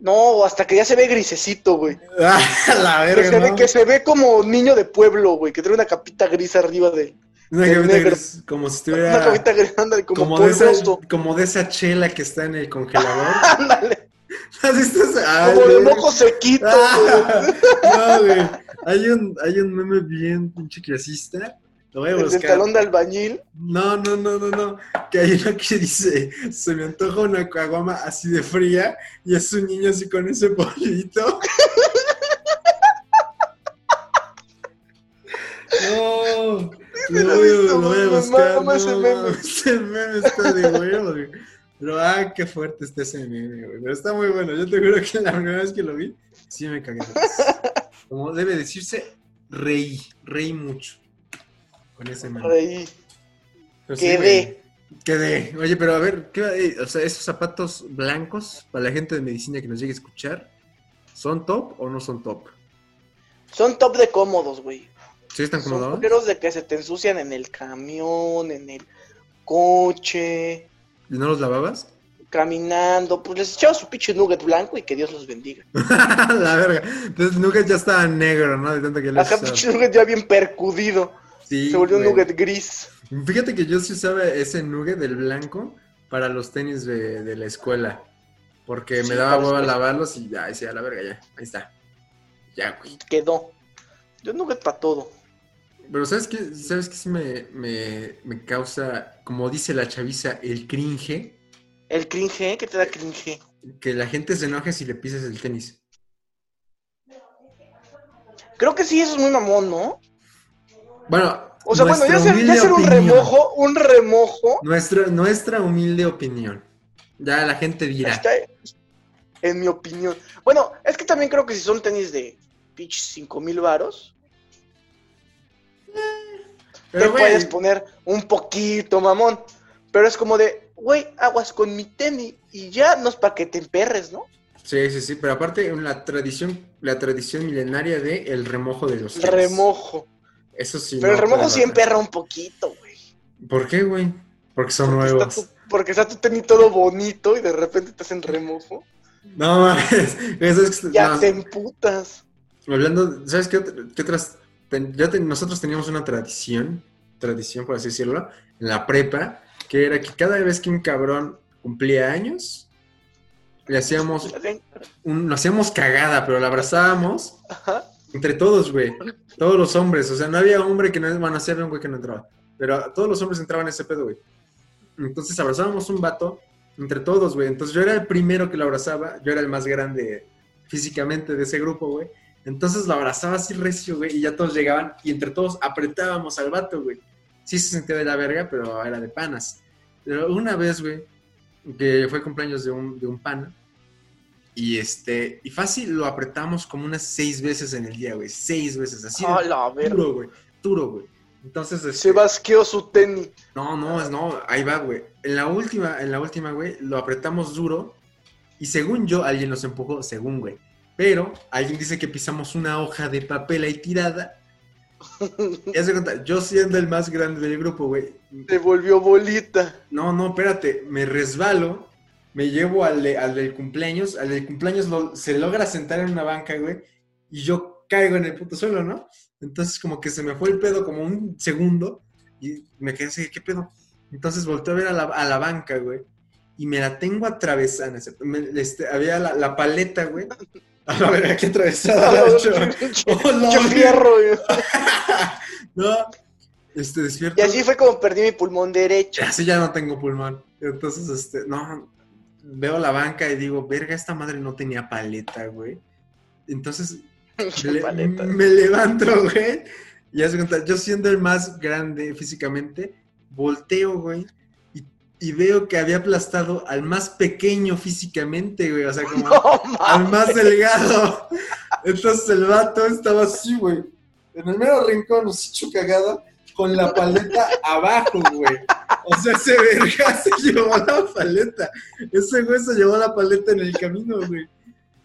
[SPEAKER 1] No, hasta que ya se ve grisecito, güey.
[SPEAKER 2] Ah, la
[SPEAKER 1] Que
[SPEAKER 2] verga,
[SPEAKER 1] se, ve,
[SPEAKER 2] ¿no?
[SPEAKER 1] que se ve como niño de pueblo, güey, que tiene una capita gris arriba de...
[SPEAKER 2] Una
[SPEAKER 1] el
[SPEAKER 2] gaveta
[SPEAKER 1] negro.
[SPEAKER 2] gris, como si estuviera...
[SPEAKER 1] Una capita gris, ándale, como,
[SPEAKER 2] como,
[SPEAKER 1] todo
[SPEAKER 2] de
[SPEAKER 1] el
[SPEAKER 2] esa, (laughs)
[SPEAKER 1] rostro.
[SPEAKER 2] como de esa chela que está en el congelador.
[SPEAKER 1] (laughs)
[SPEAKER 2] (laughs)
[SPEAKER 1] Ándale,
[SPEAKER 2] ¿Has visto esa? Ay,
[SPEAKER 1] como de
[SPEAKER 2] güey.
[SPEAKER 1] moco sequito, güey.
[SPEAKER 2] Ah, no, güey. Hay un, hay un meme bien pinche clasista. Lo voy a
[SPEAKER 1] El del
[SPEAKER 2] buscar.
[SPEAKER 1] talón de albañil.
[SPEAKER 2] No, no, no, no, no. Que hay una que dice, se me antoja una caguama así de fría y es un niño así con ese polvito. No,
[SPEAKER 1] lo
[SPEAKER 2] lo
[SPEAKER 1] he
[SPEAKER 2] voy, a-
[SPEAKER 1] visto,
[SPEAKER 2] lo voy
[SPEAKER 1] güey,
[SPEAKER 2] a
[SPEAKER 1] me
[SPEAKER 2] buscar.
[SPEAKER 1] mama
[SPEAKER 2] No,
[SPEAKER 1] ese meme.
[SPEAKER 2] (laughs) mames, ese meme está de huevo, güey. Pero, ah, qué fuerte está ese meme, güey. Pero está muy bueno. Yo te juro que la primera vez que lo vi, sí me cagué. Como debe decirse, reí, reí mucho con ese meme.
[SPEAKER 1] Reí.
[SPEAKER 2] Pero
[SPEAKER 1] Quedé.
[SPEAKER 2] güey. Quedé. Oye, pero a ver, ¿qué, eh, o sea, esos zapatos blancos para la gente de medicina que nos llegue a escuchar, ¿son top o no son top?
[SPEAKER 1] Son top de cómodos, güey.
[SPEAKER 2] ¿Sí están
[SPEAKER 1] Son
[SPEAKER 2] cómodos?
[SPEAKER 1] culeros de que se te ensucian en el camión, en el coche,
[SPEAKER 2] ¿Y no los lavabas? (laughs)
[SPEAKER 1] caminando. Pues les echaba su pinche nugget blanco y que Dios los bendiga.
[SPEAKER 2] la verga. Entonces nunca ya estaba negro, ¿no? De tanto que lo
[SPEAKER 1] Acá pinche nugget ya bien percudido.
[SPEAKER 2] Sí,
[SPEAKER 1] se volvió un
[SPEAKER 2] güey.
[SPEAKER 1] nugget gris.
[SPEAKER 2] Fíjate que yo sí usaba ese nugget del blanco para los tenis de, de la escuela. Porque
[SPEAKER 1] Sí,
[SPEAKER 2] me daba
[SPEAKER 1] para
[SPEAKER 2] hueva
[SPEAKER 1] escuela.
[SPEAKER 2] lavarlos y ya, decía, la verga, ya. Ahí está. Ya, güey.
[SPEAKER 1] Quedó. Yo nugget para todo.
[SPEAKER 2] Pero ¿sabes qué? ¿Sabes qué sí me, me, me causa, como dice la chaviza, el cringe?
[SPEAKER 1] El cringe, ¿eh? ¿qué te da cringe?
[SPEAKER 2] Que la gente se enoje si le pisas el tenis.
[SPEAKER 1] Creo que sí, eso es muy mamón, ¿no?
[SPEAKER 2] Bueno,
[SPEAKER 1] O sea, bueno,
[SPEAKER 2] nuestra
[SPEAKER 1] ya ser, ya
[SPEAKER 2] humilde
[SPEAKER 1] ser un
[SPEAKER 2] opinión.
[SPEAKER 1] remojo, un remojo.
[SPEAKER 2] Nuestra, nuestra humilde opinión. Ya la gente dirá.
[SPEAKER 1] Está, en mi opinión. Bueno, es que también creo que si son tenis de pitch 5000 varos, te
[SPEAKER 2] Pero, güey,
[SPEAKER 1] puedes poner un poquito mamón. Pero es como de, güey, aguas con mi tenis y ya no es para que te emperres, ¿no?
[SPEAKER 2] sí, sí, sí. Pero aparte, la tradición, la tradición milenaria de el remojo de los tenis.
[SPEAKER 1] Remojo.
[SPEAKER 2] Eso sí.
[SPEAKER 1] Pero el
[SPEAKER 2] no
[SPEAKER 1] remojo
[SPEAKER 2] puede
[SPEAKER 1] sí
[SPEAKER 2] faltar.
[SPEAKER 1] emperra un poquito, güey.
[SPEAKER 2] ¿Por qué, güey? Porque son
[SPEAKER 1] Porque está,
[SPEAKER 2] nuevos.
[SPEAKER 1] tu, porque está tu tenis todo bonito y de repente te hacen remojo.
[SPEAKER 2] No mames. (laughs) Eso es-
[SPEAKER 1] Ya
[SPEAKER 2] no.
[SPEAKER 1] te emputas.
[SPEAKER 2] Hablando, ¿sabes qué, ot- qué otras? ten- yo ten- nosotros teníamos una tradición, tradición por así decirlo, en la prepa, que era que cada vez que un cabrón cumplía años, le hacíamos, un, lo hacíamos cagada, pero la abrazábamos
[SPEAKER 1] Ajá.
[SPEAKER 2] entre todos, güey. Todos los hombres, o sea, no había hombre que no, bueno, sí había un güey que no entraba, pero todos los hombres entraban en ese pedo, güey. Entonces abrazábamos un vato entre todos, güey. Entonces yo era el primero que lo abrazaba, yo era el más grande físicamente de ese grupo, güey. Entonces lo abrazaba así recio, güey, y ya todos llegaban y entre todos apretábamos al vato, güey. Sí se sentía de la verga, pero era de panas. Pero una vez, güey, que fue cumpleaños de un, de un pana, y este, y fácil lo apretamos como unas seis veces en el día, güey. Seis veces, así. de
[SPEAKER 1] A Ah, la verga.
[SPEAKER 2] duro, güey. Duro, güey. Entonces,
[SPEAKER 1] Se
[SPEAKER 2] este,
[SPEAKER 1] basqueó su tenis.
[SPEAKER 2] no, no, es no, ahí va, güey. En la última, en la última, güey, lo apretamos duro y según yo, alguien nos empujó, según, güey. Pero alguien dice que pisamos una hoja de papel ahí tirada. Y haz de cuenta, yo siendo el más grande del grupo, güey.
[SPEAKER 1] Se volvió bolita.
[SPEAKER 2] No, no, espérate, me resbalo, me llevo al, de- al del cumpleaños, al del cumpleaños lo- se logra sentar en una banca, güey, y yo caigo en el puto suelo, ¿no? Entonces como que se me fue el pedo como un segundo y me quedé así, ¿qué pedo? Entonces volteé a ver a la, a la banca, güey, y me la tengo atravesada, ese- me- este, había la, la paleta, güey, (laughs) a la verga, qué
[SPEAKER 1] (laughs)
[SPEAKER 2] atravesada la he hecho.
[SPEAKER 1] Pinche
[SPEAKER 2] Oh, no, güey.
[SPEAKER 1] fierro, güey.
[SPEAKER 2] (laughs) No, este, despierto.
[SPEAKER 1] Y así fue como perdí mi pulmón derecho.
[SPEAKER 2] Así ya no tengo pulmón. Entonces, este, no, veo la banca y digo, verga, esta madre no tenía paleta, güey.
[SPEAKER 1] (laughs)
[SPEAKER 2] Entonces, me, le-
[SPEAKER 1] Paleta.
[SPEAKER 2] me levanto, güey. Y haz de cuenta, yo siendo el más grande físicamente, volteo, güey. Y, y veo que había aplastado al más pequeño físicamente, güey. O sea,
[SPEAKER 1] (laughs)
[SPEAKER 2] como
[SPEAKER 1] No
[SPEAKER 2] al
[SPEAKER 1] mames.
[SPEAKER 2] más delgado. Entonces el vato estaba así, güey. En el mero rincón, nos hecho cagada, con la paleta abajo, güey. O sea, ese verga (laughs) se llevó la paleta. Ese güey se llevó la paleta en el camino, güey.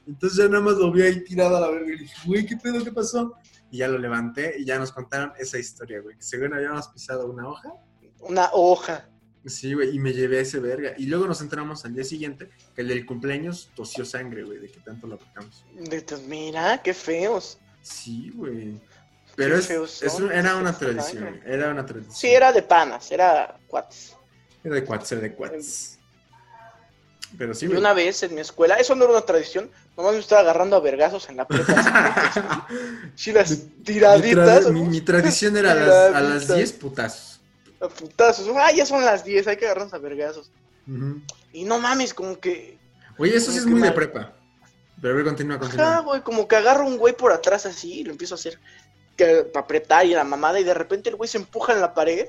[SPEAKER 2] Entonces ya nada más lo vi ahí tirado a la verga y dije, güey, ¿qué pedo? ¿Qué pasó? y ya lo levanté y ya nos contaron esa historia, güey. que Según habíamos pisado una hoja.
[SPEAKER 1] Una hoja.
[SPEAKER 2] Sí, güey, y me llevé a ese verga. Y luego nos enteramos al día siguiente que el del cumpleaños tosió sangre, güey, de que tanto lo aplicamos.
[SPEAKER 1] De- de- Mira, qué feos.
[SPEAKER 2] Sí, güey. Pero
[SPEAKER 1] Qué
[SPEAKER 2] es,
[SPEAKER 1] feos son,
[SPEAKER 2] es un- era
[SPEAKER 1] qué
[SPEAKER 2] una
[SPEAKER 1] feos son,
[SPEAKER 2] tradición,
[SPEAKER 1] güey.
[SPEAKER 2] güey, era una tradición.
[SPEAKER 1] Sí, era de panas, era cuates.
[SPEAKER 2] Era de cuates, era de cuates. Pero sí,
[SPEAKER 1] Y
[SPEAKER 2] güey. (laughs)
[SPEAKER 1] una vez en mi escuela, eso no era una tradición, nomás me estaba agarrando a vergazos en la prepa. Sí, las
[SPEAKER 2] mi,
[SPEAKER 1] tiraditas.
[SPEAKER 2] tra- mi- mi tradición era a las, a las
[SPEAKER 1] Tiraditas.
[SPEAKER 2] 10 putazos.
[SPEAKER 1] A putazos. Ah, ya son las 10, hay que agarrarnos a vergazos.
[SPEAKER 2] Ujú.
[SPEAKER 1] Y no mames, como que.
[SPEAKER 2] Oye, eso
[SPEAKER 1] Ay,
[SPEAKER 2] sí es
[SPEAKER 1] qué
[SPEAKER 2] muy de
[SPEAKER 1] mal.
[SPEAKER 2] prepa. Pero a ver, continúa,
[SPEAKER 1] Ajá,
[SPEAKER 2] continúa.
[SPEAKER 1] güey, como que agarro a un güey por atrás así y lo empiezo a hacer. Que, para apretar y la mamada, y de repente el güey se empuja en la pared.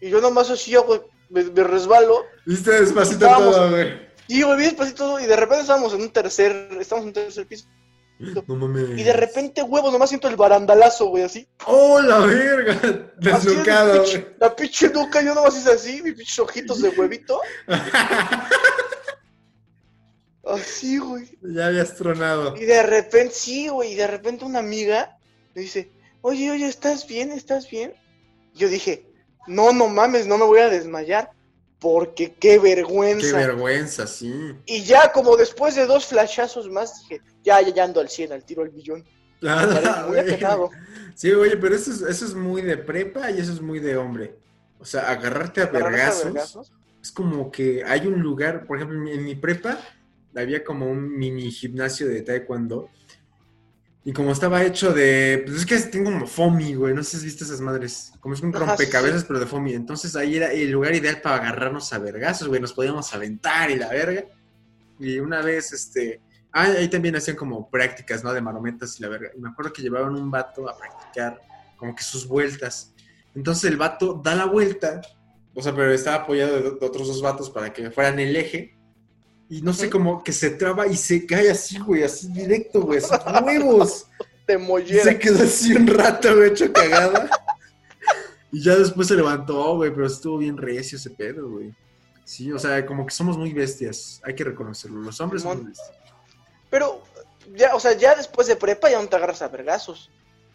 [SPEAKER 1] Y yo nomás así, güey, me, me resbalo.
[SPEAKER 2] Viste despacito
[SPEAKER 1] Estábamos-
[SPEAKER 2] todo, güey.
[SPEAKER 1] Y güey, bien despacito, todo, y de repente estábamos en un tercer, estamos en un tercer piso.
[SPEAKER 2] No mames.
[SPEAKER 1] Y de repente, huevos, nomás siento el barandalazo, güey, así.
[SPEAKER 2] ¡Oh, la
[SPEAKER 1] (laughs)
[SPEAKER 2] verga!
[SPEAKER 1] Así es,
[SPEAKER 2] Deslocado,
[SPEAKER 1] pinche-
[SPEAKER 2] güey.
[SPEAKER 1] La pinche nuca, yo nomás hice así, mis pinches ojitos de huevito. Así, güey.
[SPEAKER 2] (laughs) ya habías tronado.
[SPEAKER 1] Y de repente, sí, güey, y de repente una amiga me dice, oye, oye, ¿estás bien? ¿Estás bien? Yo dije, no, no mames, no me voy a desmayar, porque qué vergüenza.
[SPEAKER 2] Qué vergüenza, sí.
[SPEAKER 1] y ya como después de dos flashazos más, dije, ya, ya, ya ando al 100, al tiro al
[SPEAKER 2] (laughs)
[SPEAKER 1] billón.
[SPEAKER 2] Ah,
[SPEAKER 1] Parece muy
[SPEAKER 2] güey.
[SPEAKER 1] apenado.
[SPEAKER 2] Sí, oye, pero eso es, eso es muy de prepa y eso es muy de hombre. O sea, agarrarte a
[SPEAKER 1] Agarrarse a
[SPEAKER 2] vergazos es como que hay un lugar, por ejemplo, en mi- en mi prepa había como un mini gimnasio de taekwondo. Y como estaba hecho de. Pues es que tengo como foamy, güey. No sé si has visto esas madres. Como es un
[SPEAKER 1] Ajá,
[SPEAKER 2] rompecabezas,
[SPEAKER 1] sí.
[SPEAKER 2] pero de foamy. Entonces ahí era el lugar ideal para agarrarnos a vergazos, güey. Nos podíamos aventar y la verga. Y una vez, este. Ah, ahí también hacían como prácticas, ¿no? De marometas y la verga. Y me acuerdo que llevaban un vato a practicar como que sus vueltas. Entonces el vato da la vuelta, o sea, pero estaba apoyado de, de otros dos vatos para que fueran el eje. Y no sé,
[SPEAKER 1] Ujú.
[SPEAKER 2] como que se traba y se cae así, güey, así directo, güey, así huevos.
[SPEAKER 1] Te
[SPEAKER 2] (laughs) Y
[SPEAKER 1] mollera.
[SPEAKER 2] se quedó así un rato, güey, hecho cagada. (laughs) y ya después se levantó, güey, pero estuvo bien recio ese pedo, güey. Sí, o sea, como que somos muy bestias, hay que reconocerlo. Los hombres son
[SPEAKER 1] Simón.
[SPEAKER 2] muy bestias.
[SPEAKER 1] Pero, ya, o sea, ya después de prepa ya no te agarras a vergazos.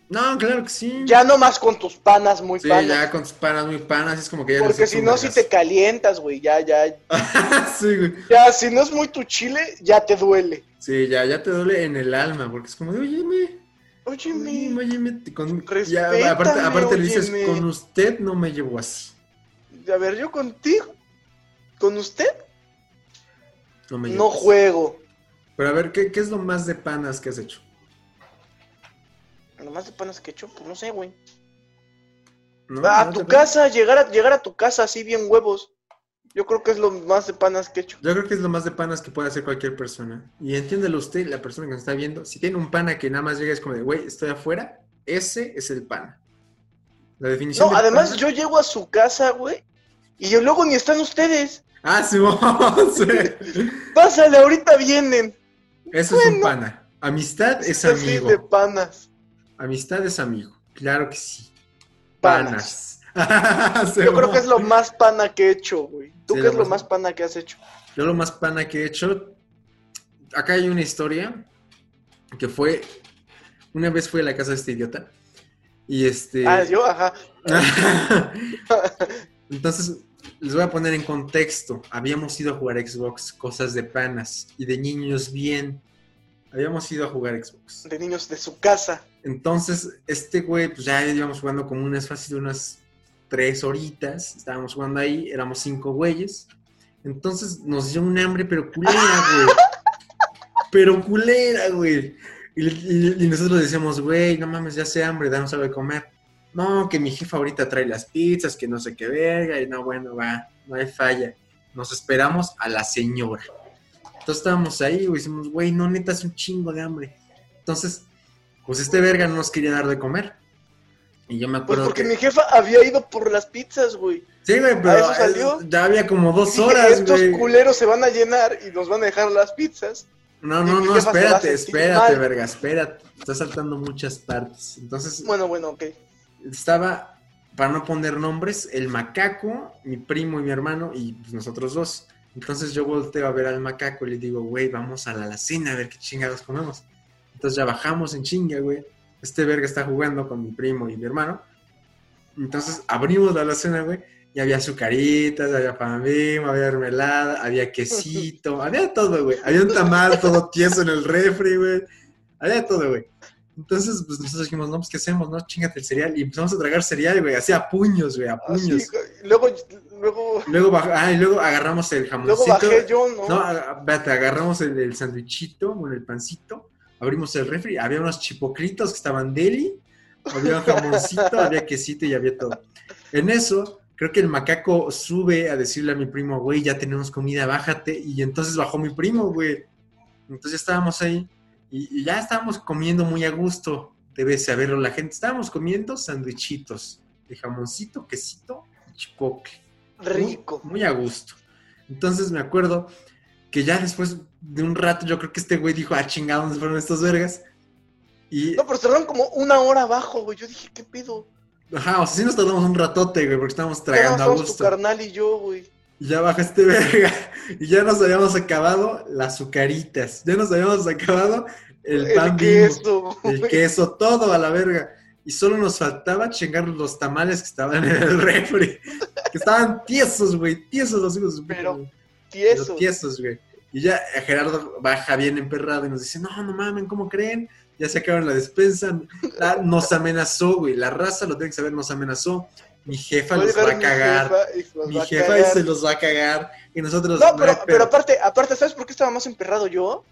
[SPEAKER 2] No, claro que sí.
[SPEAKER 1] Ya nomás con tus panas muy
[SPEAKER 2] sí,
[SPEAKER 1] panas.
[SPEAKER 2] ya con tus panas muy panas, es como que ya
[SPEAKER 1] porque si no, si te calientas, güey, ya, ya,
[SPEAKER 2] caes. (laughs) sí, güey.
[SPEAKER 1] ya, si no es muy tu chile, ya te duele.
[SPEAKER 2] Sí, ya, ya te duele en el alma, porque es como de, óyeme,
[SPEAKER 1] Óyeme.
[SPEAKER 2] óyeme, óyeme, te con- ya,
[SPEAKER 1] Respétame,
[SPEAKER 2] aparte, aparte le dices,
[SPEAKER 1] óyeme.
[SPEAKER 2] con usted no me llevo así,
[SPEAKER 1] A ver, yo contigo. ¿Con usted?
[SPEAKER 2] no me llevo
[SPEAKER 1] No
[SPEAKER 2] así".
[SPEAKER 1] juego.
[SPEAKER 2] Pero a ver, ¿qué, qué es lo más de panas que has hecho?
[SPEAKER 1] Nomás de panas que chupo, no sé, güey.
[SPEAKER 2] ¿No?
[SPEAKER 1] a
[SPEAKER 2] ¿No
[SPEAKER 1] Ah, tu
[SPEAKER 2] te-
[SPEAKER 1] casa, llegar a, llegar a tu casa así bien huevos. Yo creo que es lo más de panas que he hecho.
[SPEAKER 2] Yo creo que es lo más de panas que puede hacer cualquier persona. Y entiéndelo usted, la persona que nos está viendo, si tiene un pana que nada más llega y es como de, güey, estoy afuera, ese es el pana. La definición
[SPEAKER 1] No,
[SPEAKER 2] de
[SPEAKER 1] además
[SPEAKER 2] pana-
[SPEAKER 1] yo llego a su casa, güey. Y yo- luego ni están ustedes.
[SPEAKER 2] Ah, sí, (laughs) vamos, sí.
[SPEAKER 1] Pásale, ahorita vienen.
[SPEAKER 2] Eso es un pana. Amistad es
[SPEAKER 1] Así
[SPEAKER 2] amigo.
[SPEAKER 1] de panas.
[SPEAKER 2] Amistad es amigo, claro que sí.
[SPEAKER 1] Panas.
[SPEAKER 2] Panas. (laughs)
[SPEAKER 1] Yo creo que es lo más pana que he hecho, güey. ¿Tú
[SPEAKER 2] Sí,
[SPEAKER 1] qué
[SPEAKER 2] lo
[SPEAKER 1] es lo
[SPEAKER 2] más-
[SPEAKER 1] más pana que has hecho?
[SPEAKER 2] Yo lo más pana que he hecho. Acá hay una historia que fue. Una vez fui a la casa de este idiota. Y este.
[SPEAKER 1] Ah, yo, ajá.
[SPEAKER 2] (laughs)
[SPEAKER 1] (laughs)
[SPEAKER 2] Entonces, les voy a poner en contexto. Habíamos ido a jugar Xbox, cosas de panas y de niños bien. Habíamos ido a jugar Xbox.
[SPEAKER 1] De niños de su casa.
[SPEAKER 2] Entonces, este güey, pues ya íbamos jugando como unas fácil unas tres horitas. Estábamos jugando ahí, éramos cinco güeyes. Entonces nos dio un hambre, pero culera,
[SPEAKER 1] (laughs)
[SPEAKER 2] güey. Pero culera, güey. Y, y- y nosotros decíamos, güey, no mames, ya hace hambre, danos algo de comer. No, que mi jefa ahorita trae las pizzas, que no sé qué verga. Y no, bueno, va, no hay falla. Nos esperamos a la señora. Entonces estábamos ahí, güey, decimos, güey, no, neta, hace un chingo de hambre. Entonces, pues este verga no nos quería dar de comer. Y yo me
[SPEAKER 1] Pues
[SPEAKER 2] acuerdo
[SPEAKER 1] porque
[SPEAKER 2] que...
[SPEAKER 1] mi jefa había ido por las pizzas, güey.
[SPEAKER 2] Sí, güey, pero eh,
[SPEAKER 1] eso salió.
[SPEAKER 2] ya había como dos
[SPEAKER 1] Dije,
[SPEAKER 2] horas,
[SPEAKER 1] Estos
[SPEAKER 2] güey.
[SPEAKER 1] culeros se van a llenar y nos van a dejar las pizzas.
[SPEAKER 2] No,
[SPEAKER 1] y
[SPEAKER 2] no,
[SPEAKER 1] mi
[SPEAKER 2] no,
[SPEAKER 1] jefa se va a
[SPEAKER 2] espérate,
[SPEAKER 1] sentir
[SPEAKER 2] espérate,
[SPEAKER 1] mal.
[SPEAKER 2] verga, espérate. Estás saltando muchas partes. Entonces,
[SPEAKER 1] Bueno, bueno, ok.
[SPEAKER 2] estaba, para no poner nombres, el macaco, mi primo y mi hermano, y pues, nosotros dos. Entonces yo volteo a ver al macaco y le digo, güey, vamos a la alacena a ver qué chingados comemos. Entonces ya bajamos en chinga, güey. este verga está jugando con mi primo y mi hermano. Entonces abrimos la alacena, güey, y había azucaritas, había pan bim, había mermelada,
[SPEAKER 1] (laughs)
[SPEAKER 2] había quesito, había todo, güey. Había un tamal todo tieso en el refri, güey. Había todo, güey. Entonces, pues nosotros dijimos, no, pues, ¿qué hacemos? No, chingate el cereal. Y empezamos a tragar cereal, güey, así a puños, güey, a puños.
[SPEAKER 1] Así, luego, luego,
[SPEAKER 2] Luego, baj- ah, y luego agarramos el
[SPEAKER 1] luego
[SPEAKER 2] jamoncito.
[SPEAKER 1] bajé yo, ¿no?
[SPEAKER 2] Pues No, a- a- espérate, agarramos el, el sandwichito, bueno, el pancito, abrimos el refri, había unos chipoclitos que estaban deli, había un jamoncito, había quesito y había todo. En eso, creo que el macaco sube a decirle a mi primo, güey, ya tenemos comida, bájate, y entonces bajó mi primo, güey. Entonces ya estábamos ahí y, y ya estábamos comiendo muy a gusto, debe saberlo la gente. Estábamos comiendo sandwichitos de jamoncito, quesito y chipocle.
[SPEAKER 1] Rico.
[SPEAKER 2] Muy, muy a gusto. Entonces me acuerdo que ya después de un rato, yo creo que este güey dijo, ah, chingados, nos fueron estos vergas. Y,
[SPEAKER 1] No, pero se tardaron como una hora abajo, güey. Yo dije, ¿qué pedo?
[SPEAKER 2] ajá, o sea, sí nos tardamos un ratote, güey, porque estábamos tragando a
[SPEAKER 1] Estábamos tu
[SPEAKER 2] gusto.
[SPEAKER 1] carnal y yo, güey.
[SPEAKER 2] Y ya baja este verga. (laughs) Y ya nos habíamos acabado las azucaritas. Ya nos habíamos acabado el, pan
[SPEAKER 1] El
[SPEAKER 2] Bimbo,
[SPEAKER 1] queso, (laughs)
[SPEAKER 2] el
[SPEAKER 1] güey.
[SPEAKER 2] queso, todo a la verga. Y solo nos faltaba chingar los tamales que estaban en el (laughs) refri. Que estaban tiesos, güey, tiesos los hijos. de su puta
[SPEAKER 1] Pero
[SPEAKER 2] madre.
[SPEAKER 1] Tieso.
[SPEAKER 2] Los tiesos, güey. Y ya eh, Gerardo baja bien emperrado y nos dice, no, no mamen, ¿cómo creen? Ya se acabaron la despensa. La- nos amenazó, güey. La raza, lo tienen que saber, nos amenazó. Mi jefa
[SPEAKER 1] Puede
[SPEAKER 2] los va
[SPEAKER 1] ver
[SPEAKER 2] a
[SPEAKER 1] mi
[SPEAKER 2] cagar.
[SPEAKER 1] jefa y se los
[SPEAKER 2] Mi
[SPEAKER 1] va a
[SPEAKER 2] jefa
[SPEAKER 1] cagar.
[SPEAKER 2] se los va a cagar. Y nosotros...
[SPEAKER 1] No, pero,
[SPEAKER 2] hay
[SPEAKER 1] pero
[SPEAKER 2] pedo,
[SPEAKER 1] aparte, aparte, ¿sabes por qué estaba más emperrado yo?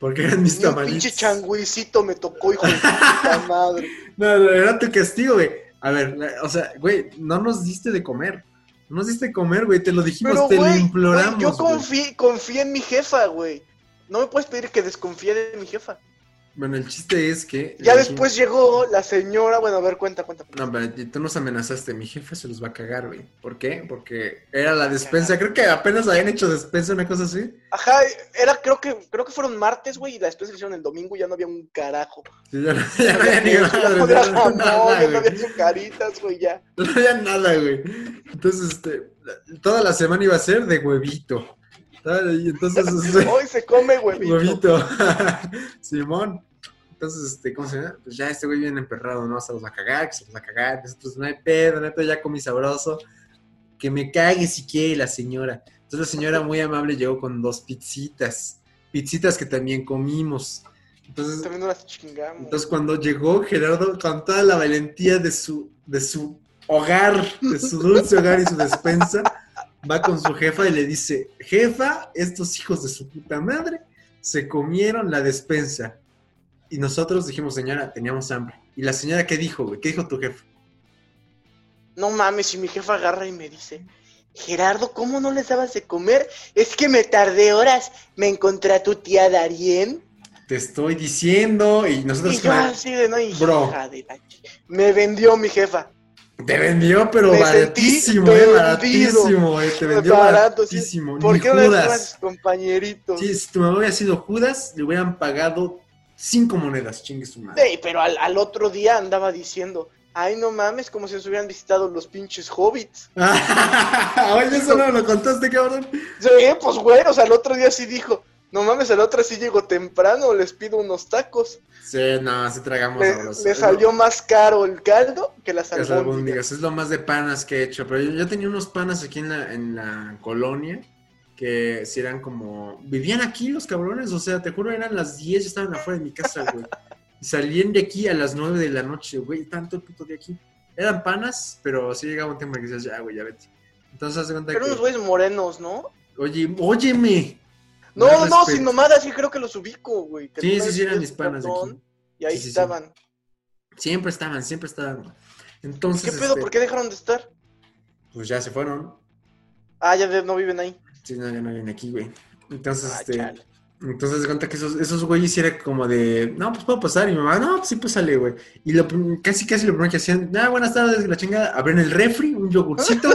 [SPEAKER 2] Porque eran
[SPEAKER 1] Ni
[SPEAKER 2] mis
[SPEAKER 1] un
[SPEAKER 2] tamalitos.
[SPEAKER 1] pinche changuicito me tocó,
[SPEAKER 2] (laughs)
[SPEAKER 1] hijo de su puta madre.
[SPEAKER 2] No, no, era tu castigo, güey. A ver, la- o sea, güey, no nos diste de comer. No nos diste de comer, güey. Te lo dijimos,
[SPEAKER 1] Pero,
[SPEAKER 2] Pues te
[SPEAKER 1] güey,
[SPEAKER 2] lo imploramos.
[SPEAKER 1] güey, yo
[SPEAKER 2] güey.
[SPEAKER 1] confié, confié en mi jefa, güey. No me puedes pedir que desconfíe de mi jefa.
[SPEAKER 2] Bueno, el chiste es que...
[SPEAKER 1] Ya
[SPEAKER 2] le dijimos-
[SPEAKER 1] después llegó la señora, bueno, a ver, cuenta, cuenta.
[SPEAKER 2] No, pero tú nos amenazaste, mi jefe se los va a cagar, güey. ¿Por qué? Porque era la despensa, creo que apenas habían hecho despensa, una cosa así.
[SPEAKER 1] Ajá, era, creo que, creo que fueron martes, güey, y la despensa que hicieron el domingo y ya no había un carajo.
[SPEAKER 2] Sí, ya, no- (laughs) ya no había ni
[SPEAKER 1] (laughs) Ya
[SPEAKER 2] madre,
[SPEAKER 1] no había
[SPEAKER 2] ya no había
[SPEAKER 1] jamón,
[SPEAKER 2] nada,
[SPEAKER 1] ya no
[SPEAKER 2] güey.
[SPEAKER 1] había azucaritas, güey, ya.
[SPEAKER 2] (laughs) No había nada, güey. Entonces, este, toda la semana iba a ser de huevito. ¿sabes?
[SPEAKER 1] (laughs)
[SPEAKER 2] Y entonces, este,
[SPEAKER 1] Hoy se come huevito.
[SPEAKER 2] huevito. (laughs) Simón. Entonces, este, ¿cómo se llama? Pues ya este güey viene emperrado, ¿no? Se los va a cagar, que se los va a cagar. Nosotros no hay pedo, neta, ya comí sabroso. Que me cague si quiere la señora. Entonces la señora muy amable llegó con dos pizzitas. Pizzitas que también comimos. Entonces,
[SPEAKER 1] También no las chingamos.
[SPEAKER 2] entonces cuando llegó Gerardo con toda la valentía de su, de su hogar, de su dulce hogar y su despensa, va con su jefa y le dice, jefa, estos hijos de su puta madre se comieron la despensa. Y nosotros dijimos, señora, teníamos hambre. Y la señora, ¿qué dijo, güey? ¿Qué dijo tu jefa?
[SPEAKER 1] No mames, y mi jefa agarra y me dice, Gerardo, ¿cómo no les dabas de comer? Es que me tardé horas, me encontré a tu tía Darien.
[SPEAKER 2] Te estoy diciendo. Y
[SPEAKER 1] Y
[SPEAKER 2] nosotros,
[SPEAKER 1] yo
[SPEAKER 2] como,
[SPEAKER 1] así de no, y dije,
[SPEAKER 2] Pues Bro.
[SPEAKER 1] "Hija de la ch-". Me vendió mi jefa.
[SPEAKER 2] te vendió, pero
[SPEAKER 1] Me
[SPEAKER 2] baratísimo,
[SPEAKER 1] sentí
[SPEAKER 2] eh,
[SPEAKER 1] vendido.
[SPEAKER 2] baratísimo, eh, te vendió
[SPEAKER 1] Barato, sí.
[SPEAKER 2] baratísimo.
[SPEAKER 1] ¿Por
[SPEAKER 2] Ni
[SPEAKER 1] qué no le dijeron a
[SPEAKER 2] Judas.
[SPEAKER 1] sus compañeritos?
[SPEAKER 2] Sí, si tu mamá hubiera sido Judas, le hubieran pagado cinco monedas, chingue su madre.
[SPEAKER 1] Ey, pero al, al otro día andaba diciendo, ay no mames, como si nos hubieran visitado los pinches hobbits.
[SPEAKER 2] (laughs) Oye, eso no me lo contaste, cabrón.
[SPEAKER 1] Sí, pues güey, o sea, al otro día sí dijo, no mames, al otro sí llegó temprano, les pido unos tacos.
[SPEAKER 2] Sí, no, sí tragamos
[SPEAKER 1] Le,
[SPEAKER 2] sabroso.
[SPEAKER 1] le
[SPEAKER 2] Es lo-
[SPEAKER 1] salió más caro el caldo que las
[SPEAKER 2] es
[SPEAKER 1] albóndigas.
[SPEAKER 2] albóndigas, es lo más de panas que he hecho. Pero yo, yo tenía unos panas aquí en la, en la colonia que si eran como. Vivían aquí los cabrones, o sea, te juro, eran las 10 y estaban afuera de mi casa,
[SPEAKER 1] (laughs)
[SPEAKER 2] güey. Y salían de aquí a las 9 de la noche, güey, tanto el puto de aquí. Eran panas, pero sí llegaba un tiempo en que decías, ya, güey, ya vete. Entonces, haz de cuenta
[SPEAKER 1] Pero
[SPEAKER 2] que.
[SPEAKER 1] unos güeyes morenos, ¿no?
[SPEAKER 2] Oye, óyeme.
[SPEAKER 1] No,
[SPEAKER 2] Más
[SPEAKER 1] no,
[SPEAKER 2] respeto.
[SPEAKER 1] sin mamadas, sí creo que los ubico, güey. Que
[SPEAKER 2] Sí,
[SPEAKER 1] alguna
[SPEAKER 2] sí,
[SPEAKER 1] vez
[SPEAKER 2] sí, eran
[SPEAKER 1] fui a
[SPEAKER 2] mis panas de
[SPEAKER 1] Yucatán
[SPEAKER 2] aquí.
[SPEAKER 1] Y ahí
[SPEAKER 2] Sí, sí, sí.
[SPEAKER 1] estaban.
[SPEAKER 2] Siempre estaban, siempre estaban. Entonces,
[SPEAKER 1] ¿Qué pedo?
[SPEAKER 2] este,
[SPEAKER 1] ¿Por qué dejaron de estar?
[SPEAKER 2] pues ya se fueron.
[SPEAKER 1] Ah, ya de- no viven ahí.
[SPEAKER 2] Sí, no, ya no vienen aquí, güey. Entonces,
[SPEAKER 1] Ah,
[SPEAKER 2] este,
[SPEAKER 1] chale.
[SPEAKER 2] entonces de cuenta que esos, esos güeyes era como de, no, pues puedo pasar. Y mi mamá, no, pues sí, pues sale, güey. Y lo, prim- casi, casi lo primero que hacían, ah, buenas tardes, que la chingada, abren el refri,
[SPEAKER 1] (laughs)
[SPEAKER 2] un yogurcito.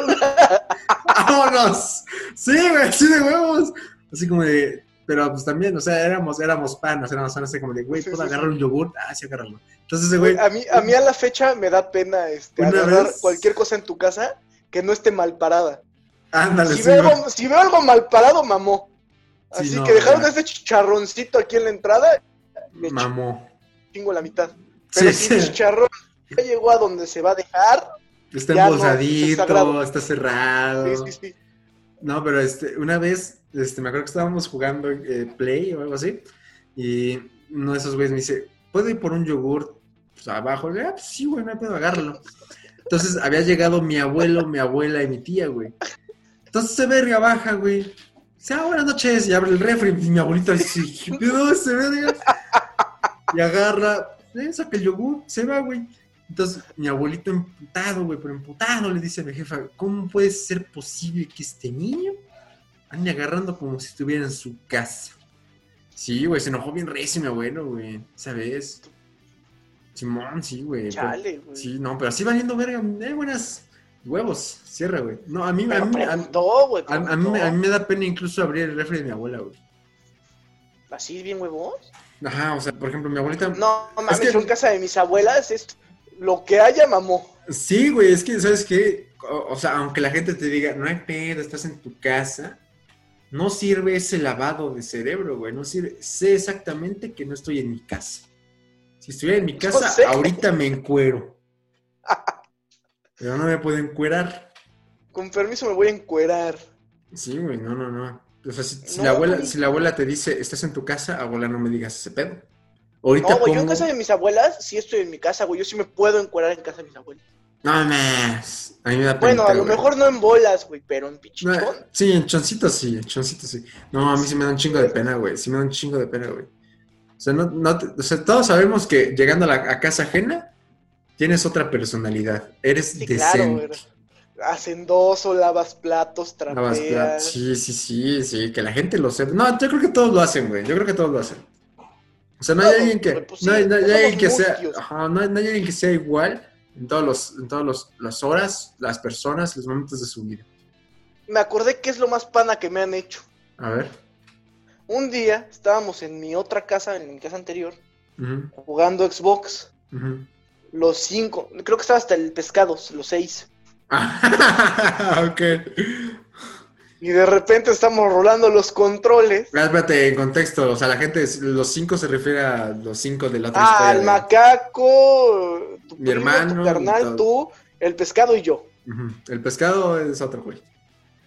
[SPEAKER 2] ¡Vámonos! Sí, güey, así de huevos. Así como de, pero pues también, o sea, éramos, éramos panas, éramos panas, así como de, güey,
[SPEAKER 1] Sí,
[SPEAKER 2] ¿puedo
[SPEAKER 1] sí,
[SPEAKER 2] agarrar
[SPEAKER 1] sí.
[SPEAKER 2] un yogur? Ah, sí, agárralo. Entonces, ese güey,
[SPEAKER 1] a, mí, a mí a la fecha me da pena este,
[SPEAKER 2] Una
[SPEAKER 1] agarrar
[SPEAKER 2] vez-
[SPEAKER 1] cualquier cosa en tu casa que no esté mal parada.
[SPEAKER 2] ándale,
[SPEAKER 1] Si
[SPEAKER 2] sí,
[SPEAKER 1] veo,
[SPEAKER 2] güey.
[SPEAKER 1] algo, si veo algo mal parado, mamó.
[SPEAKER 2] Sí,
[SPEAKER 1] Así
[SPEAKER 2] no,
[SPEAKER 1] que dejaron
[SPEAKER 2] ya.
[SPEAKER 1] este chicharroncito aquí en la entrada, me
[SPEAKER 2] mamó.
[SPEAKER 1] chingo la mitad. Pero
[SPEAKER 2] Sí, (laughs)
[SPEAKER 1] si el
[SPEAKER 2] sí.
[SPEAKER 1] chicharrón ya llegó a donde se va a dejar.
[SPEAKER 2] Está
[SPEAKER 1] Ya no,
[SPEAKER 2] embolsadito,
[SPEAKER 1] está sagrado.
[SPEAKER 2] está cerrado.
[SPEAKER 1] Sí, sí, sí.
[SPEAKER 2] No, pero este, una vez, este, me acuerdo que estábamos jugando eh, Play o algo así, y uno de esos güeyes me dice, ¿puedo ir por un yogur pues, abajo? Le digo, "Ah, pues, sí, güey, no puedo agárralo. Entonces había llegado mi abuelo, mi abuela y mi tía, güey. Entonces se verga baja, güey. Dice, ah, buenas noches, y abre el refri, y mi abuelita dice, "¿Qué pedo se verga? Y agarra, eh, saca el yogur, se va, güey. Entonces, mi abuelito emputado, güey, pero emputado, le dice a mi jefa, ¿cómo puede ser posible que este niño ande agarrando como si estuviera en su casa? Sí, güey, se enojó bien recio mi abuelo, güey, ¿sabes? Simón, sí, güey. pero-
[SPEAKER 1] Chale, güey.
[SPEAKER 2] Sí, no, pero así valiendo verga, eh, buenas huevos, cierra, güey. No, a mí, a
[SPEAKER 1] Pero
[SPEAKER 2] mí, a,
[SPEAKER 1] preguntó, güey.
[SPEAKER 2] a- a mí,
[SPEAKER 1] preguntó.
[SPEAKER 2] me- a mí me da pena incluso abrir el refri de mi abuela, güey.
[SPEAKER 1] ¿Así bien huevón?
[SPEAKER 2] Ajá, o sea, por ejemplo, mi abuelita...
[SPEAKER 1] No, mames,
[SPEAKER 2] que-
[SPEAKER 1] yo en casa de mis abuelas es lo que haya, mamó.
[SPEAKER 2] Sí, güey, es que, ¿sabes qué? O, o sea, aunque la gente te diga, no hay pedo, estás en tu casa, no sirve ese lavado de cerebro, güey, no sirve. Sé exactamente que no estoy en mi casa. Si estuviera en mi casa,
[SPEAKER 1] sé.
[SPEAKER 2] ahorita me encuero. (laughs) Pero no me puedo encuerar.
[SPEAKER 1] Con permiso me voy a encuerar.
[SPEAKER 2] Sí, güey, no, no, no. O sea, si, si
[SPEAKER 1] No,
[SPEAKER 2] la abuela,
[SPEAKER 1] güey.
[SPEAKER 2] si la abuela te dice, estás en tu casa, abuela, no me digas ese pedo. Ahorita
[SPEAKER 1] No, güey, yo en
[SPEAKER 2] pongo-
[SPEAKER 1] casa de mis abuelas sí estoy en mi casa, güey. Yo sí me puedo encuerar en casa de mis abuelas.
[SPEAKER 2] No más. A mí me da pena.
[SPEAKER 1] Bueno, a lo mejor no en bolas, güey, pero en
[SPEAKER 2] No,
[SPEAKER 1] pichichón.
[SPEAKER 2] sí, en choncito sí, en choncito sí. No, a mí sí me da un chingo de pena, güey. Sí me da un chingo de pena, güey. O sea, no, no te- o sea, todos sabemos que llegando a, la, a casa ajena tienes otra personalidad. Eres
[SPEAKER 1] Sí, claro,
[SPEAKER 2] decente.
[SPEAKER 1] güey. Hacendoso, lavas platos,
[SPEAKER 2] Lavas pla-
[SPEAKER 1] trapeas.
[SPEAKER 2] Sí, sí, sí, sí. Que la gente lo sepa. No, yo creo que todos lo hacen, güey. Yo creo que todos lo hacen. O sea, no hay
[SPEAKER 1] Todos,
[SPEAKER 2] alguien que,
[SPEAKER 1] güey, pues
[SPEAKER 2] no hay,
[SPEAKER 1] sí,
[SPEAKER 2] no hay
[SPEAKER 1] somos
[SPEAKER 2] alguien que sea,
[SPEAKER 1] mustios.
[SPEAKER 2] ajá, no hay- no hay alguien que sea igual en todos los, en todos los, las horas, las personas, los momentos de su vida.
[SPEAKER 1] Me acordé que es lo más pana que me han hecho.
[SPEAKER 2] A ver.
[SPEAKER 1] Un día estábamos en mi otra casa, en mi casa anterior,
[SPEAKER 2] Ujú,
[SPEAKER 1] jugando Xbox.
[SPEAKER 2] ujú.
[SPEAKER 1] Los cinco, creo que estaba hasta el pescados, los seis.
[SPEAKER 2] Ah, (laughs) ok.
[SPEAKER 1] Y de repente estamos rolando los controles.
[SPEAKER 2] Ah, Espérate, en contexto, o sea, la gente, es- los cinco se refiere a los cinco de la otra
[SPEAKER 1] Ah,
[SPEAKER 2] historia
[SPEAKER 1] el
[SPEAKER 2] de-
[SPEAKER 1] macaco, tu
[SPEAKER 2] Mi
[SPEAKER 1] primo,
[SPEAKER 2] hermano,
[SPEAKER 1] tu carnal,
[SPEAKER 2] todo.
[SPEAKER 1] tú, el pescado y yo.
[SPEAKER 2] Ujú, El pescado es otro güey.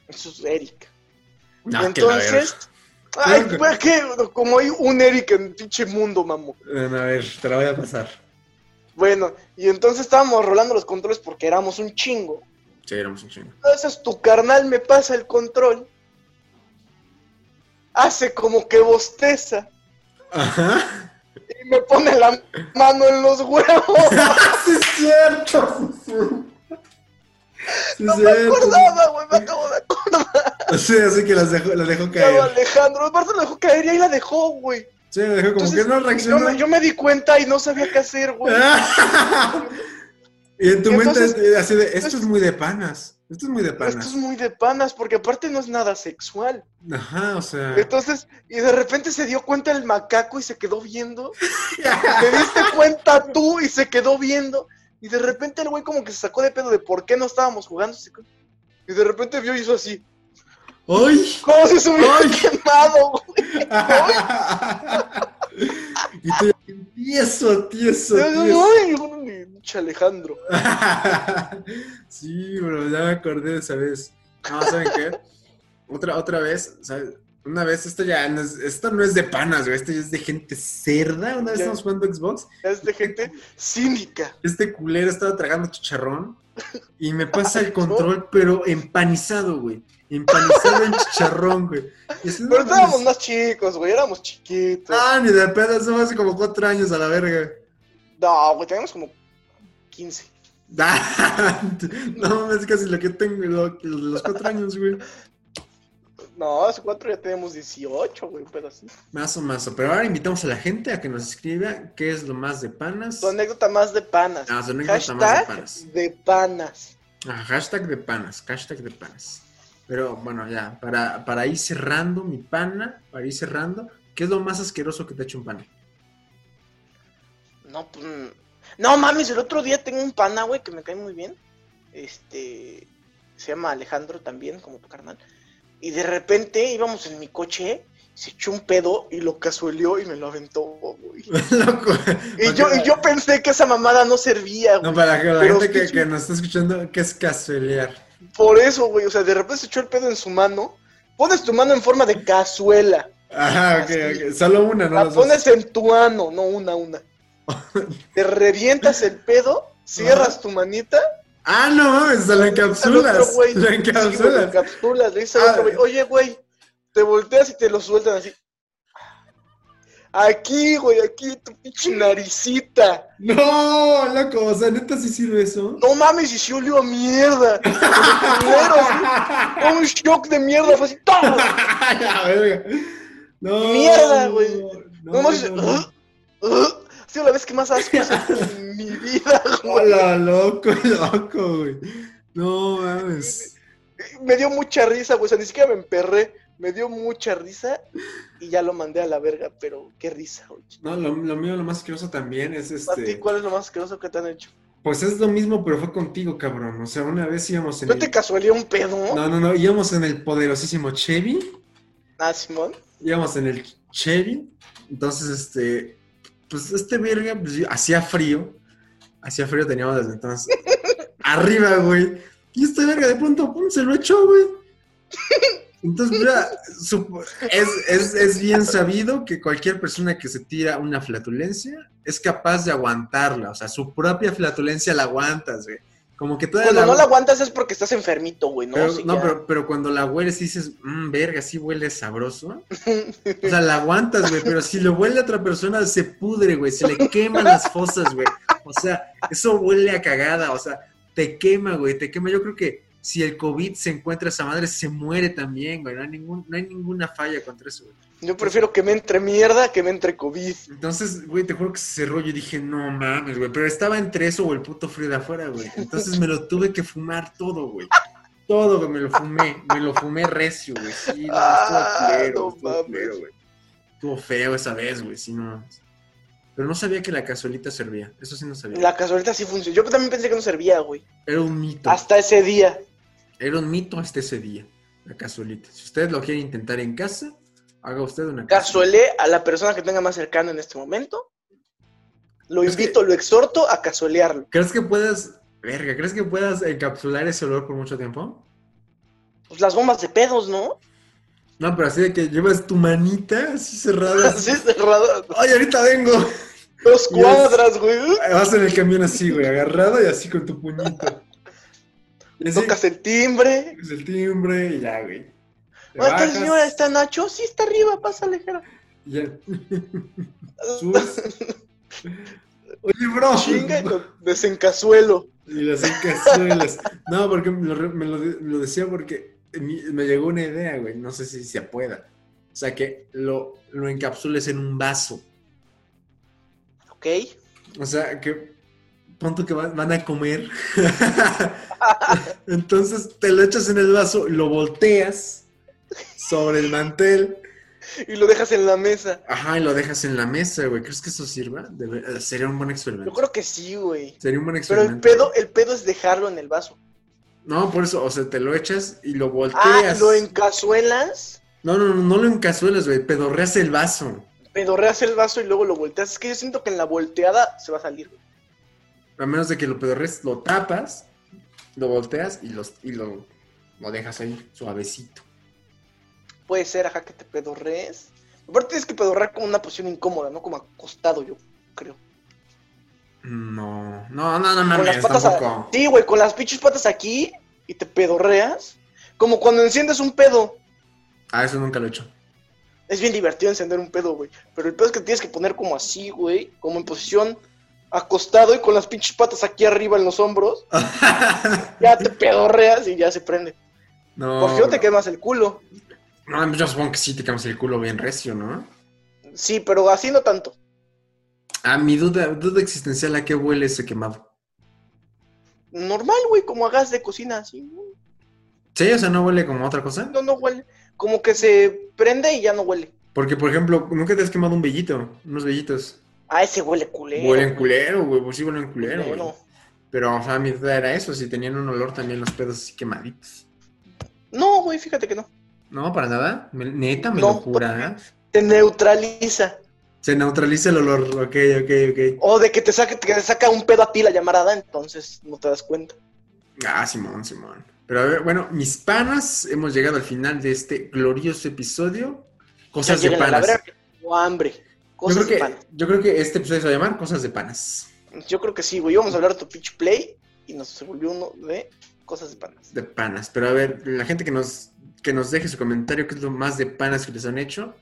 [SPEAKER 1] Eso es Eric.
[SPEAKER 2] No,
[SPEAKER 1] y
[SPEAKER 2] que la
[SPEAKER 1] entonces, ay,
[SPEAKER 2] Claro que-
[SPEAKER 1] ¿para qué? Como hay un Eric en el pinche mundo, mamón.
[SPEAKER 2] verga. Eh, A ver, te la voy a pasar.
[SPEAKER 1] Bueno, y entonces estábamos rolando los controles porque éramos un chingo.
[SPEAKER 2] Sí, éramos un chingo.
[SPEAKER 1] Entonces tu carnal me pasa el control. Hace como que bosteza.
[SPEAKER 2] Ajá. (laughs)
[SPEAKER 1] Y me pone la mano en los huevos.
[SPEAKER 2] ¡Sí es cierto! Sí, es
[SPEAKER 1] No me
[SPEAKER 2] cierto.
[SPEAKER 1] acordaba, güey, me acabo de acordar.
[SPEAKER 2] Sí, así que las dejó, las dejó caer.
[SPEAKER 1] Alejandro, aparte la dejó caer y ahí la dejó, güey.
[SPEAKER 2] Sí, las dejó como
[SPEAKER 1] Entonces,
[SPEAKER 2] que no
[SPEAKER 1] Yo
[SPEAKER 2] reaccionó.
[SPEAKER 1] me, yo me di cuenta y no sabía qué hacer, güey.
[SPEAKER 2] (laughs) y en tu
[SPEAKER 1] Y entonces-
[SPEAKER 2] mente así de, esto es muy de panas. Esto es muy de
[SPEAKER 1] Esto
[SPEAKER 2] panas.
[SPEAKER 1] es muy de panas, porque aparte no es nada sexual.
[SPEAKER 2] Ajá, o sea. (laughs)
[SPEAKER 1] Entonces, y de repente se dio cuenta el macaco y se quedó viendo. (laughs) Te diste cuenta tú y se quedó viendo. Y de repente el güey como que se sacó de pedo de por qué no estábamos jugando. se quedó- Y de repente vio y hizo así.
[SPEAKER 2] ¡Ay!
[SPEAKER 1] Como si se hubiera
[SPEAKER 2] ¡Ay!
[SPEAKER 1] quemado, güey.
[SPEAKER 2] (laughs) y tú tieso, tieso, tieso.
[SPEAKER 1] Ay, güey, pinche Alejandro.
[SPEAKER 2] (laughs) sí, bro, ya me acordé de esa vez. No, ¿saben qué? Otra, otra vez, ¿sabes? Una vez, esto ya no es, esto no es de panas, güey, esto ya es de gente cerda. Una vez
[SPEAKER 1] Ya.
[SPEAKER 2] estamos jugando Xbox,
[SPEAKER 1] Es de gente cínica.
[SPEAKER 2] este culero estaba tragando chicharrón
[SPEAKER 1] (laughs)
[SPEAKER 2] y me pasa el control, pero empanizado, güey. Empanizado en chicharrón, güey. Y así, no
[SPEAKER 1] Pero
[SPEAKER 2] pues.
[SPEAKER 1] estábamos
[SPEAKER 2] mames.
[SPEAKER 1] más chicos, güey, éramos chiquitos.
[SPEAKER 2] Ah, ni de pedo, eso fue hace como cuatro años a la verga. (laughs)
[SPEAKER 1] No, güey, teníamos como 15.
[SPEAKER 2] No, es casi lo que tengo, lo- los cuatro años, güey.
[SPEAKER 1] No, hace cuatro ya teníamos 18, güey, pero así.
[SPEAKER 2] Mazo, mazo. Pero ahora invitamos a la gente a que nos escriba qué es lo más de panas.
[SPEAKER 1] Tu anécdota más de panas.
[SPEAKER 2] Ah, su anécdota
[SPEAKER 1] Hashtag
[SPEAKER 2] más de panas.
[SPEAKER 1] de panas.
[SPEAKER 2] Ah, hashtag de panas, hashtag de panas. Pero bueno, ya, para, para ir cerrando mi pana, para ir cerrando, ¿qué es lo más asqueroso que te ha hecho un pana? (laughs)
[SPEAKER 1] No, pues. mm. No mames, el otro día tengo un pana, güey, que me cae muy bien. Este. Se llama Alejandro también, como tu carnal. Y de repente íbamos en mi coche se echó un pedo y lo cazueleó y me lo aventó, güey.
[SPEAKER 2] Loco.
[SPEAKER 1] Y yo, y yo pensé que esa mamada no servía, güey.
[SPEAKER 2] No, para que la
[SPEAKER 1] Pero
[SPEAKER 2] gente que,
[SPEAKER 1] pinche-
[SPEAKER 2] que nos está escuchando, ¿qué es cazuelear?
[SPEAKER 1] Por eso, güey, o sea, de repente se echó el pedo en su mano. Pones tu mano en forma de cazuela.
[SPEAKER 2] Ajá, ok,
[SPEAKER 1] Así.
[SPEAKER 2] ok. Solo una, ¿no?
[SPEAKER 1] La
[SPEAKER 2] Las dos.
[SPEAKER 1] pones en tu ano, no una,
[SPEAKER 2] (laughs)
[SPEAKER 1] una. Te revientas el pedo, cierras tu manita.
[SPEAKER 2] Ah, no, mames, lo
[SPEAKER 1] al otro
[SPEAKER 2] encapsulas.
[SPEAKER 1] güey. Sí,
[SPEAKER 2] Lo
[SPEAKER 1] güey, lo
[SPEAKER 2] encapsulas.
[SPEAKER 1] encapsulas, le dices al
[SPEAKER 2] Ah.
[SPEAKER 1] otro güey, oye, güey, te volteas y te lo sueltan así. Aquí, güey, aquí, tu pinche naricita.
[SPEAKER 2] No, loco, o sea, neta sí sirve eso.
[SPEAKER 1] No mames, y se olió a mierda. Pero culero, sí. Fue un shock de mierda, fue así, ¡toma! (laughs)
[SPEAKER 2] (laughs) La verga. No.
[SPEAKER 1] Mierda, güey.
[SPEAKER 2] No,
[SPEAKER 1] No, mames, (laughs)
[SPEAKER 2] no, no.
[SPEAKER 1] "Ugh, ugh". ha sido la vez que más asco he sentido en mi vida, güey.
[SPEAKER 2] Hola, loco, (laughs) loco, güey. No mames.
[SPEAKER 1] Me dio mucha risa, güey, o sea, ni siquiera me emperré. Me dio mucha risa y ya lo mandé a la verga, pero qué risa, güey.
[SPEAKER 2] No, lo, lo mío, lo más asqueroso también es
[SPEAKER 1] ¿A ti
[SPEAKER 2] este.
[SPEAKER 1] cuál es lo más asqueroso que te han hecho?
[SPEAKER 2] Pues es lo mismo, pero fue contigo, cabrón. O sea, una vez íbamos en.
[SPEAKER 1] ¿No
[SPEAKER 2] el-
[SPEAKER 1] te casualía un pedo?
[SPEAKER 2] No, no, no, íbamos en el poderosísimo Chevy.
[SPEAKER 1] Ah, Simón.
[SPEAKER 2] íbamos en el Chevy, entonces este, pues este verga, pues, yo- hacía frío, hacía frío teníamos
[SPEAKER 1] (laughs)
[SPEAKER 2] desde entonces, arriba, güey, y este verga de pronto, pum, se lo echó, güey. Entonces, mira, supo- es, es- es bien sabido que cualquier persona que se tira una flatulencia es capaz de aguantarla, o sea, su propia flatulencia la aguantas, güey. Como que toda
[SPEAKER 1] Cuando no la aguantas es porque estás enfermito, güey, ¿no?
[SPEAKER 2] pero,
[SPEAKER 1] Sí,
[SPEAKER 2] no,
[SPEAKER 1] ya.
[SPEAKER 2] pero, pero cuando la hueles y dices, mmm, verga, sí huele sabroso. O sea, la aguantas, güey, pero si lo huele a otra persona, se pudre, güey, se le queman las fosas, güey. O sea, eso huele a cagada, o sea, te quema, güey, te quema. Yo creo que si el COVID se encuentra esa madre, se muere también, güey. No hay, ningún, no hay ninguna falla contra eso, güey.
[SPEAKER 1] (laughs) Yo prefiero que me entre mierda que me entre COVID.
[SPEAKER 2] Entonces, güey, te juro que se cerró. Yo dije, no mames, güey, pero estaba entre eso o el puto frío de afuera, güey. Entonces me lo tuve que fumar todo, güey. Todo, güey, me lo fumé, me lo fumé recio, güey. Sí, no,
[SPEAKER 1] Ah,
[SPEAKER 2] estuvo culero,
[SPEAKER 1] no
[SPEAKER 2] estuvo
[SPEAKER 1] mames.
[SPEAKER 2] culero, güey. Estuvo feo esa vez, güey, sí, no mames. Pero no sabía que la cazuelita servía, eso sí no sabía.
[SPEAKER 1] La casualidad sí funcionó. Yo también pensé que no servía, güey.
[SPEAKER 2] Era un mito,
[SPEAKER 1] Hasta ese día.
[SPEAKER 2] era un mito hasta ese día, la cazuelita. Si usted lo quiere intentar en casa, haga usted una
[SPEAKER 1] Casuelé a la persona que tenga más cercana en este momento. Lo
[SPEAKER 2] Es
[SPEAKER 1] invito, lo exhorto a casuelearlo.
[SPEAKER 2] ¿Crees que puedas, verga, crees que puedas encapsular ese olor por mucho tiempo?
[SPEAKER 1] Pues las bombas de pedos, ¿no? (laughs)
[SPEAKER 2] No, pero así de que llevas tu manita así cerrada. así.
[SPEAKER 1] Así cerrado.
[SPEAKER 2] Ay, ahorita vengo.
[SPEAKER 1] Dos cuadras, güey.
[SPEAKER 2] Vas en el camión así, güey, agarrado y así con tu puñito. Y así,
[SPEAKER 1] Tocas el timbre.
[SPEAKER 2] tocas el timbre y ya, güey. Te
[SPEAKER 1] Hola, ¿qué
[SPEAKER 2] bajas
[SPEAKER 1] señora? ¿Está Nacho? Sí, está arriba, pasa ligera.
[SPEAKER 2] y ya.
[SPEAKER 1] (laughs)
[SPEAKER 2] Subes. Oye, bro.
[SPEAKER 1] Chinga, y lo desencazuelo.
[SPEAKER 2] Y las encazuelas. No, porque me lo, me lo- me lo decía porque mi- me llegó una idea, güey. No sé si se pueda. O sea, que lo, lo encapsules en un vaso.
[SPEAKER 1] ¿Ok?
[SPEAKER 2] O sea, que punto que van, van
[SPEAKER 1] (laughs)
[SPEAKER 2] a comer. Entonces te lo echas en el vaso, lo volteas sobre el mantel.
[SPEAKER 1] Y lo dejas en la mesa.
[SPEAKER 2] Ajá, y lo dejas en la mesa, güey. ¿Crees que eso sirva? Debe- eh, sería un buen
[SPEAKER 1] Yo
[SPEAKER 2] experimento.
[SPEAKER 1] creo que sí, güey.
[SPEAKER 2] Sería un buen
[SPEAKER 1] Pero el
[SPEAKER 2] experimento.
[SPEAKER 1] pedo, el pedo es dejarlo en el vaso.
[SPEAKER 2] No, por eso, o sea, te lo echas y lo
[SPEAKER 1] Ah,
[SPEAKER 2] volteas.
[SPEAKER 1] lo encazuelas,
[SPEAKER 2] No, no, no, no lo encazuelas, güey. Pedorreas el vaso.
[SPEAKER 1] pedorreas el vaso y luego lo volteas. Es que yo siento que en la volteada se va a salir. güey.
[SPEAKER 2] A menos de que lo pedorrees, lo tapas, lo volteas y, los, y lo, lo dejas ahí suavecito.
[SPEAKER 1] Puede ser, ajá, que te pedorrees. Aparte tienes que pedorrear como una posición incómoda, ¿no? Como acostado, yo creo.
[SPEAKER 2] No, no, no, no
[SPEAKER 1] Con las
[SPEAKER 2] mames,
[SPEAKER 1] patas a-
[SPEAKER 2] tampoco.
[SPEAKER 1] Sí, güey, con las pinches patas aquí y te pedorreas. Como cuando enciendes un pedo.
[SPEAKER 2] Ah, eso nunca lo
[SPEAKER 1] (laughs)
[SPEAKER 2] he hecho.
[SPEAKER 1] Es bien divertido encender un pedo, güey. Pero el pedo es que tienes que poner como así, güey. Como en posición acostado y con las pinches patas aquí arriba en los hombros. Ya te pedorreas y ya se prende.
[SPEAKER 2] no.
[SPEAKER 1] Porque no te
[SPEAKER 2] bro.
[SPEAKER 1] quemas el culo.
[SPEAKER 2] No, yo supongo que sí te quemas el culo bien recio, ¿no?
[SPEAKER 1] Sí, pero así no tanto.
[SPEAKER 2] Ah, mi duda, duda existencial, ¿a qué huele ese quemado?
[SPEAKER 1] Normal, güey, como hagas de cocina, así. ¿no?
[SPEAKER 2] Sí, o sea, no huele como a otra cosa.
[SPEAKER 1] No, no huele. Como que se prende y ya no huele.
[SPEAKER 2] Porque, por ejemplo, nunca te has quemado un vellito, unos vellitos.
[SPEAKER 1] Ah, ese huele culero.
[SPEAKER 2] Huelen culero, güey, pues sí huelen
[SPEAKER 1] culero.
[SPEAKER 2] culero, güey. Pero, o sea, mi duda era eso, si tenían un olor también los pedos así quemaditos.
[SPEAKER 1] No, güey, fíjate que no.
[SPEAKER 2] No, para nada. Me- neta, me
[SPEAKER 1] No, pues,
[SPEAKER 2] lo jura. ¿eh?
[SPEAKER 1] Te neutraliza.
[SPEAKER 2] Se neutraliza el olor. Ok, ok, ok.
[SPEAKER 1] O de que te, saque, que te saca un pedo a ti la llamarada, entonces no te das cuenta.
[SPEAKER 2] Ah, Simón, Simón. Pero a ver, bueno, mis panas, hemos llegado al final de este glorioso episodio.
[SPEAKER 1] Ya
[SPEAKER 2] Cosas de
[SPEAKER 1] llegan a la
[SPEAKER 2] panas.
[SPEAKER 1] verga. O hambre.
[SPEAKER 2] Yo
[SPEAKER 1] Cosas
[SPEAKER 2] creo,
[SPEAKER 1] de
[SPEAKER 2] que,
[SPEAKER 1] panas.
[SPEAKER 2] yo creo que este episodio se va a llamar Cosas de panas.
[SPEAKER 1] Yo creo que sí, güey. Vamos a hablar de tu pitch play y nos volvió uno de cosas de panas.
[SPEAKER 2] De panas. Pero a ver, la gente que nos, que nos deje su comentario, qué es lo más de panas que les han hecho.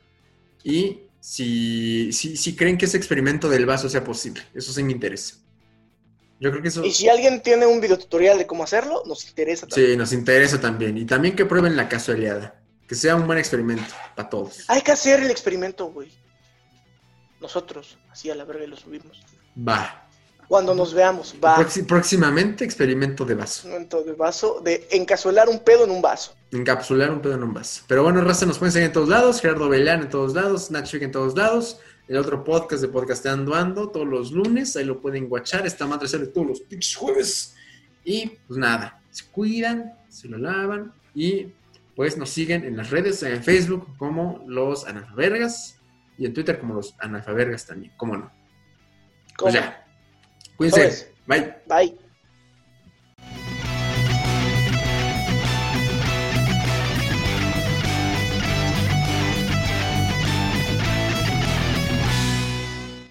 [SPEAKER 2] Y si, si, si creen que ese experimento del vaso sea posible. Eso sí me interesa. Yo creo que eso
[SPEAKER 1] Y si alguien tiene un videotutorial de cómo hacerlo, nos interesa también.
[SPEAKER 2] sí, nos interesa también. Y también que prueben la casualidad. Que sea un buen experimento para todos.
[SPEAKER 1] Hay que hacer el experimento, güey. Nosotros, así a la verga y lo subimos.
[SPEAKER 2] Va.
[SPEAKER 1] Cuando nos veamos, va.
[SPEAKER 2] Proxi- próximamente experimento de vaso.
[SPEAKER 1] Entonces, vaso, de encazuelar un pedo en un vaso.
[SPEAKER 2] Encapsular un pedo en un vaso. Pero bueno, Raza nos pueden seguir en todos lados. Gerardo Belán en todos lados. Nacho Vic en todos lados. El otro podcast de Podcasteando Ando todos los lunes. Ahí lo pueden guachar. Esta madre sale todos los pinches jueves. Y pues nada, se cuidan, se lo lavan. Y pues nos siguen en las redes, en Facebook como los analfabergas. Y en Twitter como los analfabergas también. ¿Cómo no? Pues
[SPEAKER 1] ¿Cómo?
[SPEAKER 2] ya. Cuídense.
[SPEAKER 1] Sobres.
[SPEAKER 2] Bye.
[SPEAKER 1] Bye.